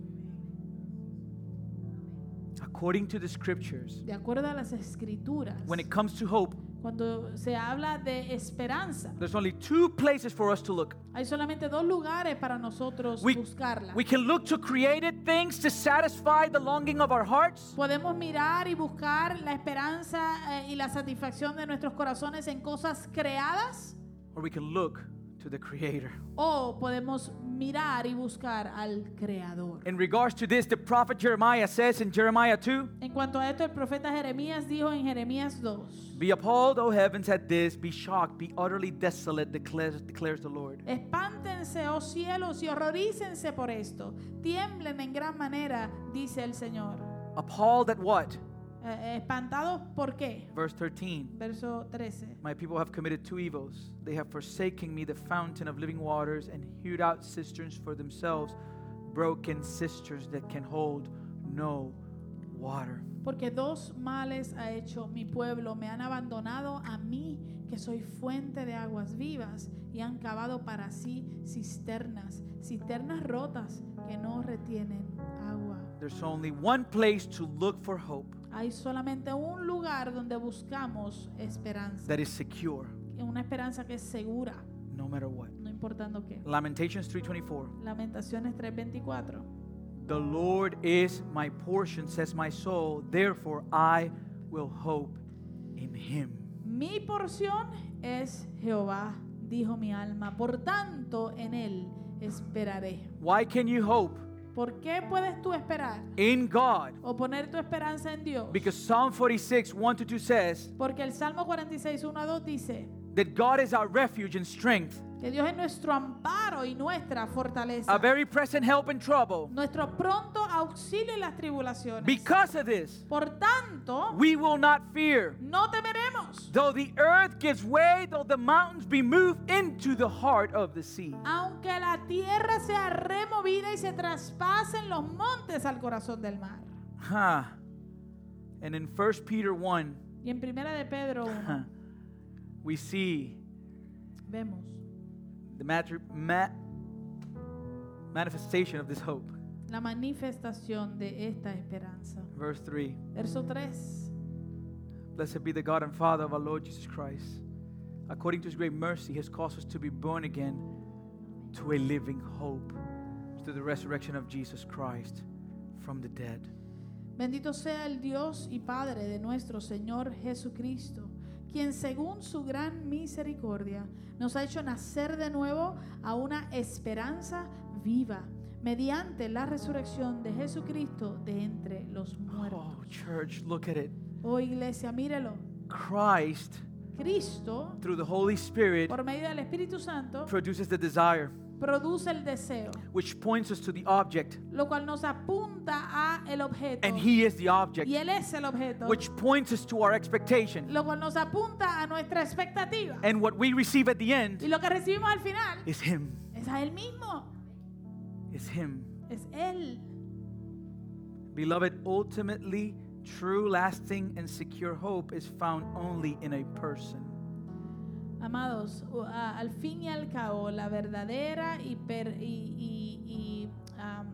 A: According to the scriptures,
B: De acuerdo a las escrituras,
A: when it comes to hope,
B: cuando se habla de esperanza,
A: there's only two places for us to look.
B: hay solamente dos lugares para nosotros
A: We-
B: buscarla.
A: We can look to created things to satisfy the longing of our hearts,
B: Podemos mirar y buscar la esperanza eh, y la satisfacción de nuestros corazones en cosas creadas
A: or we can look to the Creator.
B: o podemos mirar y buscar al Creador.
A: In regards to this, the prophet Jeremiah says in Jeremiah 2
B: En cuanto a esto, el profeta Jeremías dijo en Jeremías 2,
A: Be appalled, O heavens, at this, be shocked, be utterly desolate, declares, declares the Lord.
B: espántense, oh cielos, y horrorícense por esto, tiemblen en gran manera, dice el Señor.
A: Appalled at what?
B: Eh, eh, ¿Espantados por qué?
A: Verse 13.
B: Verso 13.
A: My people have committed two evils. They have forsaken me, the fountain of living waters, and hewed out cisterns for themselves, broken cisterns that can hold no water.
B: Porque dos males ha hecho mi pueblo, me han abandonado a mí, que soy fuente de aguas vivas, y han cavado para sí cisternas, cisternas rotas que no retienen agua.
A: There's only one place to look for hope
B: Hay solamente un lugar donde buscamos esperanza,
A: that is secure,
B: una esperanza que es segura,
A: no matter what.
B: no importando qué.
A: Lamentations 3:24.
B: Lamentaciones 3:24.
A: The Lord is my portion, says my soul. Therefore, I will hope in him.
B: Mi porción es Jehová, dijo mi alma, por tanto en él esperaré.
A: Why can you hope
B: ¿Por qué puedes tú esperar
A: in God?
B: o poner tu esperanza en Dios?
A: Because Psalm 46, 1 to 2 says
B: Porque el Salmo 46, 1 a 2 dice
A: that God is our refuge and strength,
B: que Dios es nuestro amparo y nuestra
A: a
B: fortaleza,
A: very present help in trouble.
B: nuestro pronto auxilio en las tribulaciones.
A: Because of this,
B: por tanto,
A: we will not fear.
B: no temeremos,
A: Though the earth gives way, though the mountains be moved into the heart of the sea.
B: aunque la tierra sea removida y se traspasen los montes al corazón del mar.
A: Huh. And in 1 Peter 1,
B: Y en primera de Pedro 1
A: huh, we see
B: vemos
A: the matri- ma- manifestation of this hope.
B: la manifestación de esta esperanza.
A: Verse 3
B: Verso 3.
A: Blessed be the God and Father of our Lord Jesus Christ. According to his great mercy, he has caused us to be born again to a living hope through the resurrection of Jesus Christ from the dead.
B: Bendito sea el Dios y Padre de nuestro Señor Jesucristo, quien según su gran misericordia nos ha hecho nacer de nuevo a una esperanza viva mediante la resurrección de Jesucristo de entre los
A: Oh,
B: muertos.
A: church, look at it.
B: Oh iglesia, mírelo.
A: Christ,
B: Cristo,
A: through the Holy Spirit,
B: por medio del Espíritu Santo,
A: produces the desire.
B: produce el deseo,
A: which points us to the object,
B: lo cual nos apunta a el objeto.
A: and He is the object,
B: y él es el objeto,
A: which points us to our expectation.
B: lo cual nos apunta a nuestra expectativa.
A: And what we receive at the
B: y
A: end
B: lo que recibimos al final
A: is Him,
B: es a él mismo,
A: is Him.
B: es él.
A: Beloved, ultimately, true, lasting, and secure hope is found only in a person.
B: Amados, o- a- al fin y al cabo, la verdadera y, per- y- y- y, am,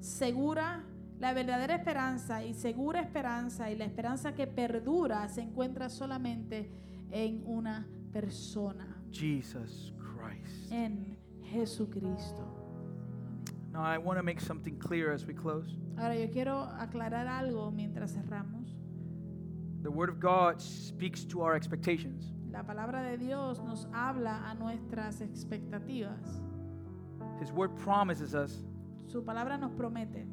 B: segura, la verdadera esperanza y segura esperanza y la esperanza que perdura se encuentra solamente en una persona,
A: Jesus Christ.
B: en Jesucristo.
A: Now, I want to make something clear as we close.
B: Ahora yo quiero aclarar algo mientras cerramos.
A: The Word of God speaks to our expectations.
B: La palabra de Dios nos habla a nuestras expectativas.
A: His Word promises us
B: Su palabra nos promete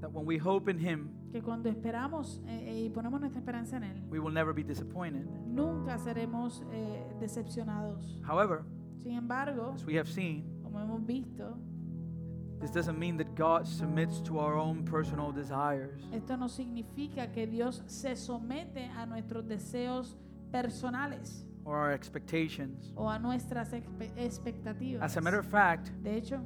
A: that when we hope in Him,
B: que cuando esperamos eh, eh, y ponemos nuestra esperanza en Él,
A: we will never be disappointed.
B: nunca seremos eh, decepcionados.
A: However,
B: Sin embargo,
A: as we have seen,
B: como hemos visto,
A: this doesn't mean that God submits to our own personal desires.
B: esto no significa que Dios se somete a nuestros deseos personales
A: or our expectations.
B: o a nuestras expe- expectativas.
A: As a matter of fact,
B: De hecho,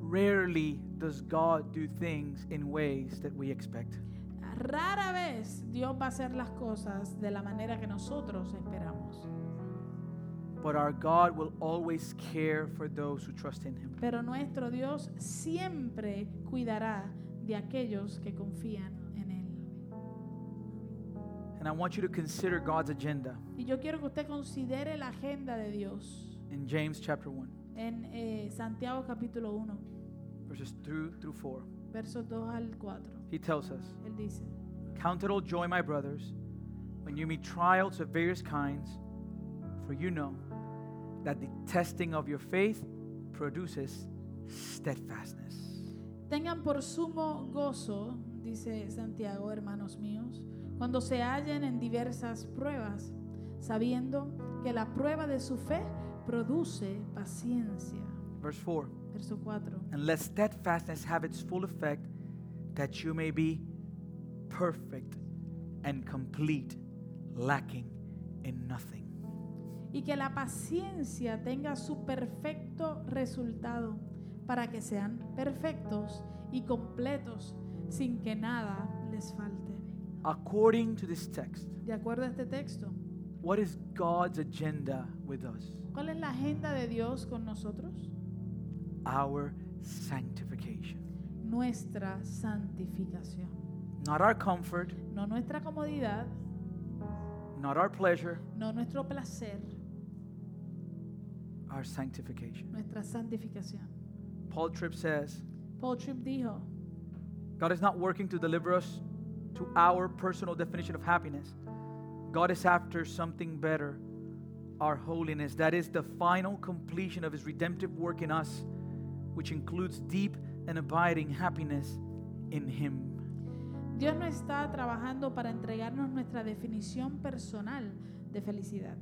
A: rarely does God do things in ways that we expect.
B: rara vez Dios va a hacer las cosas de la manera que nosotros esperamos.
A: But our God will always care for those who trust in Him.
B: Pero nuestro Dios siempre cuidará de aquellos que confían en Él.
A: And I want you to consider God's agenda
B: Y yo quiero que usted considere la agenda de Dios.
A: in James chapter 1,
B: en eh, Santiago capítulo 1,
A: verses 2 through 4.
B: versos 2 al 4.
A: He tells us,
B: Él dice,
A: Count it all joy, my brothers, when you meet trials of various kinds, for you know that the testing of your faith produces steadfastness.
B: tengan por sumo gozo, dice Santiago, hermanos míos, cuando se hallen en diversas pruebas, sabiendo que la prueba de su fe produce paciencia.
A: Verse 4.
B: Verso 4.
A: and let steadfastness have its full effect, that you may be perfect and complete, lacking in nothing.
B: Y que la paciencia tenga su perfecto resultado, para que sean perfectos y completos, sin que nada les falte.
A: According to this text,
B: De acuerdo a este texto,
A: what is God's agenda with us?
B: ¿cuál es la agenda de Dios con nosotros?
A: Our sanctification.
B: Nuestra santificación.
A: Not our comfort,
B: No nuestra comodidad,
A: not our pleasure,
B: no nuestro placer,
A: our sanctification.
B: nuestra santificación.
A: Paul Tripp says,
B: Paul Tripp dijo,
A: God is not working to deliver us to our personal definition of happiness. God is after something better, our holiness. That is the final completion of His redemptive work in us, which includes deep and abiding happiness in Him.
B: Dios no está trabajando para entregarnos nuestra definición personal de felicidad.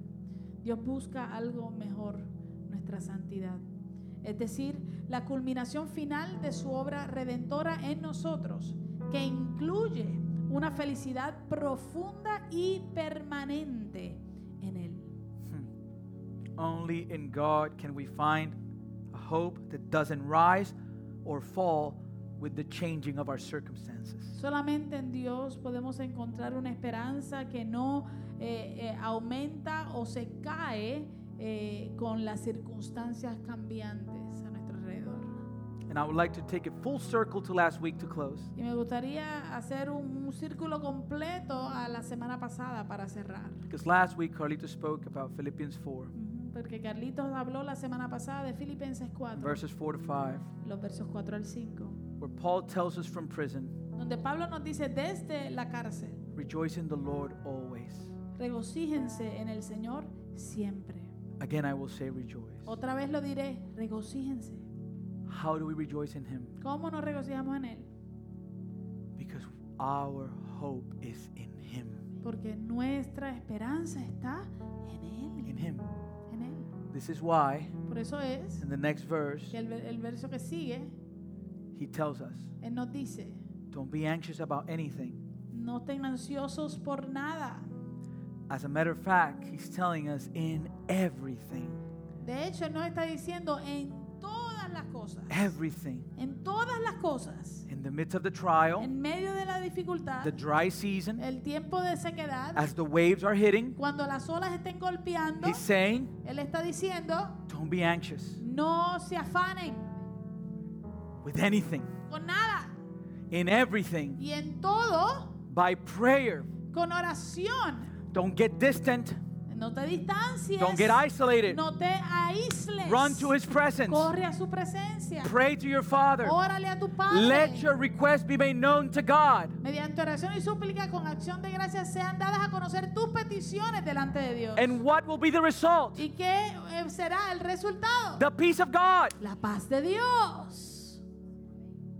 B: Dios busca algo mejor, nuestra santidad. Es decir, la culminación final de su obra redentora en nosotros, que incluye una felicidad profunda y permanente en Él.
A: Hmm. Only in God can we find a hope that doesn't rise or fall with the changing of our circumstances.
B: Solamente en Dios podemos encontrar una esperanza que no eh, eh, aumenta o se cae eh, con las circunstancias cambiantes a nuestro alrededor.
A: And I would like to take it full circle to last week to close.
B: Y me gustaría hacer un, un círculo completo a la semana pasada para cerrar.
A: Because last week, Carlito spoke about Philippians 4.
B: Ujú, Porque Carlitos habló la semana pasada de Filipenses 4,
A: verses 4 to 5,
B: los versos 4 al 5,
A: where Paul tells us from prison,
B: donde Pablo nos dice desde la cárcel,
A: Rejoice in the Lord always.
B: regocíjense en el Señor siempre.
A: Again, I will say rejoice.
B: Otra vez lo diré, regocíjense.
A: How do we rejoice in Him?
B: ¿Cómo nos regocijamos en Él?
A: Because our hope is in Him.
B: Porque nuestra esperanza está en
A: In
B: Él.
A: Him.
B: En Él.
A: This is why,
B: Por eso es
A: in the next verse,
B: que el, el verso que sigue,
A: he tells us
B: Él nos dice,
A: don't be anxious about anything.
B: no estén ansiosos por nada.
A: As a matter of fact, he's telling us in everything,
B: De hecho, Él nos está diciendo en todas las cosas,
A: everything.
B: en todas las cosas,
A: In the midst of the trial,
B: en medio de la dificultad,
A: the dry season,
B: el tiempo de sequedad,
A: as the waves are hitting,
B: cuando las olas estén golpeando,
A: he's saying,
B: Él está diciendo,
A: don't be anxious
B: no se afanen
A: with anything,
B: con nada.
A: in everything,
B: Y en todo,
A: by prayer.
B: con oración,
A: Don't get distant,
B: no te distancies,
A: don't get isolated.
B: no te aísles,
A: Run to his presence,
B: corre a su presencia,
A: pray to your Father.
B: órale a tu Padre.
A: Let your request be made known to God.
B: Mediante oración y súplica con acción de gracias sean dadas a conocer tus peticiones delante de Dios.
A: And what will be the result?
B: ¿Y qué eh, será el resultado?
A: The peace of God.
B: La paz de Dios.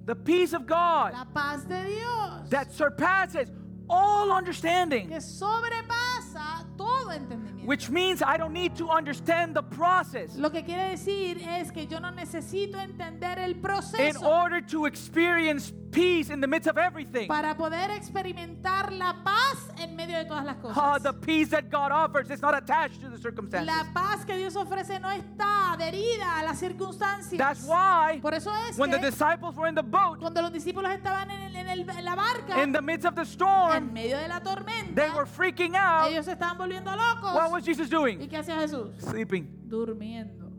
A: The peace of God
B: La paz de Dios.
A: that surpasses all understanding,
B: Que sobrepasa todo entendimiento.
A: which means I don't need to understand the process
B: Lo que quiere decir es que yo no necesito entender el
A: in
B: proceso
A: order to experience peace in the midst of everything.
B: para poder experimentar la paz en medio de todas las
A: Ah,
B: cosas.
A: the peace that God offers is not attached to the circumstances.
B: La paz que Dios ofrece no está adherida a las
A: That's
B: circunstancias.
A: why
B: Por eso es
A: when the
B: que
A: disciples were in the boat,
B: cuando los discípulos estaban en, el- en el- en la barca,
A: in the midst of the
B: en
A: storm,
B: medio de la
A: they
B: tormenta,
A: were freaking out.
B: ellos se estaban volviendo
A: What
B: locos.
A: was Jesus
B: ¿Y
A: doing?
B: qué hacía Jesús?
A: Sleeping.
B: Durmiendo.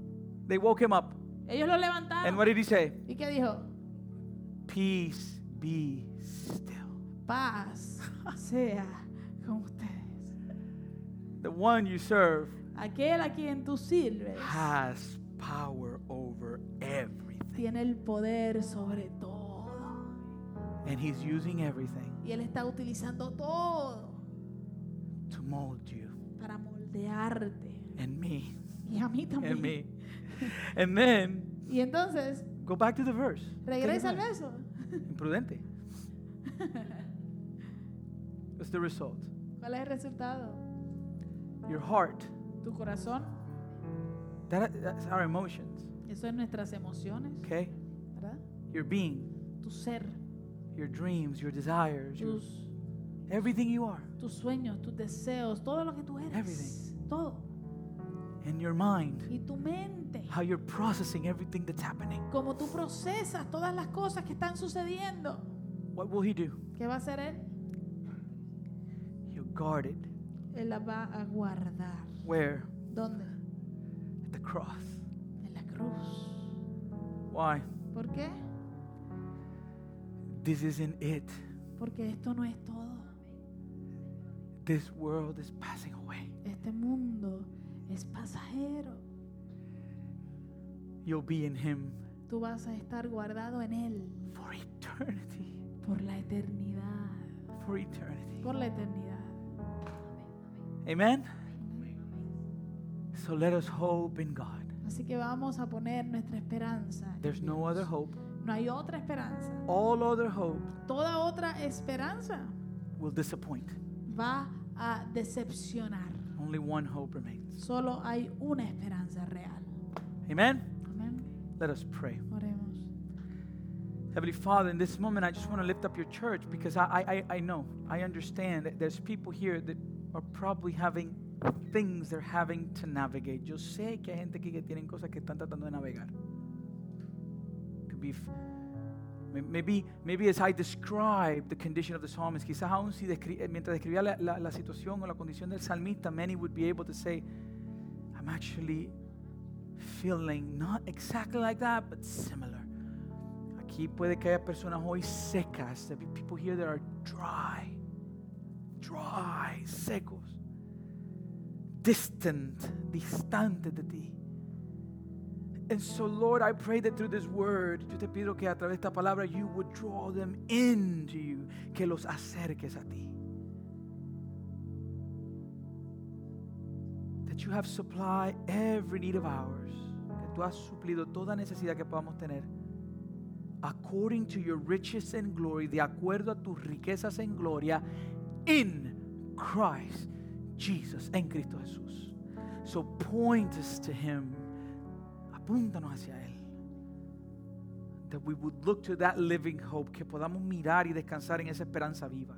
A: They woke him up.
B: Ellos lo
A: And what
B: levantaron.
A: did he say?
B: ¿Y qué dijo?
A: Peace be still.
B: Paz sea con ustedes.
A: The one you serve
B: Aquel a quien tú sirves
A: has power over everything.
B: tiene el poder sobre todo.
A: And he's using everything
B: Y Él está utilizando todo
A: to mold you
B: para moldearte.
A: and me
B: Y a mí
A: and
B: también.
A: me. And then
B: Y entonces,
A: go back to the verse. Take it
B: regresa al
A: back.
B: verso.
A: Imprudente. What's the result?
B: ¿Cuál es el resultado?
A: Your heart,
B: Tu corazón,
A: that, that's our emotions,
B: eso es nuestras emociones,
A: okay?
B: ¿verdad?
A: Your being,
B: Tu ser,
A: your dreams, your desires, your,
B: tus Mm.
A: everything you are,
B: tus sueños, tus deseos, todo lo que tú eres.
A: Everything.
B: Todo.
A: and your mind,
B: Y tu mente.
A: how you're processing everything that's happening.
B: Como tú procesas todas las cosas que están sucediendo.
A: What will he do?
B: ¿Qué va a hacer Él?
A: He'll guard it.
B: Él las va a guardar.
A: Where?
B: ¿Dónde?
A: At the cross.
B: En la cruz.
A: Why?
B: ¿Por qué?
A: This isn't it.
B: Porque esto no es todo.
A: This world is passing away.
B: Este mundo es pasajero.
A: You'll be in him
B: Tú vas a estar guardado en Él
A: for eternity.
B: por la eternidad.
A: For eternity.
B: Por la eternidad.
A: Amen? So let us hope in God.
B: Así que vamos a poner nuestra esperanza. en
A: There's no
B: Dios.
A: other hope.
B: No hay otra esperanza.
A: All other hope
B: Toda otra esperanza
A: will disappoint.
B: va a decepcionar.
A: Only one hope remains.
B: Solo hay una esperanza real.
A: Amen?
B: Amén.
A: Let us pray.
B: Oremos.
A: Heavenly Father, in this moment, I just want to lift up your church because I, I, I- I know, I understand that there's people here that are probably having things they're having to navigate. Yo sé que hay gente aquí que tienen cosas que están tratando de navegar. Could be f- may- Maybe, maybe as I describe the condition of the psalmist, quizás aún si descri- eh, mientras describía la, la- la situación o la condición del salmista, many would be able to say, I'm actually feeling not exactly like that, but similar. Aquí puede que haya personas hoy secas. There be people here that are dry. Dry, secos. Distant, distante de ti. And so, Lord, I pray that through this word, yo te pido que a través de esta palabra, you would draw them into you, que los acerques a ti. That you have supplied every need of ours, que tú has suplido toda necesidad que podamos tener according to your riches and glory, de acuerdo a tus riquezas en gloria, in Christ Jesus, en Cristo Jesús. So point us to Him. Apúntanos hacia Él. That we would look to that living hope. Que podamos mirar y descansar en esa esperanza viva.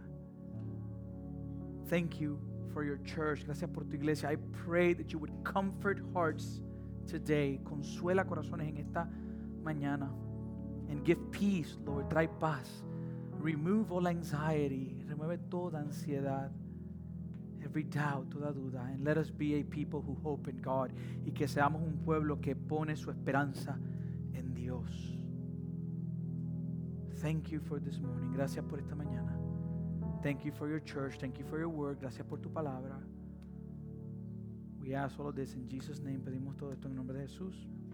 A: Thank you for your church. Gracias por tu iglesia. I pray that you would comfort hearts today. Consuela corazones en esta mañana. And give peace, Lord. Trae paz. Remove all anxiety. Remueve toda ansiedad. Every doubt, toda duda. And let us be a people who hope in God. Y que seamos un pueblo que pone su esperanza en Dios. Thank you for this morning. Gracias por esta mañana. Thank you for your church. Thank you for your word. Gracias por tu palabra. We ask all of this in Jesus' name. Pedimos todo esto en nombre de Jesús.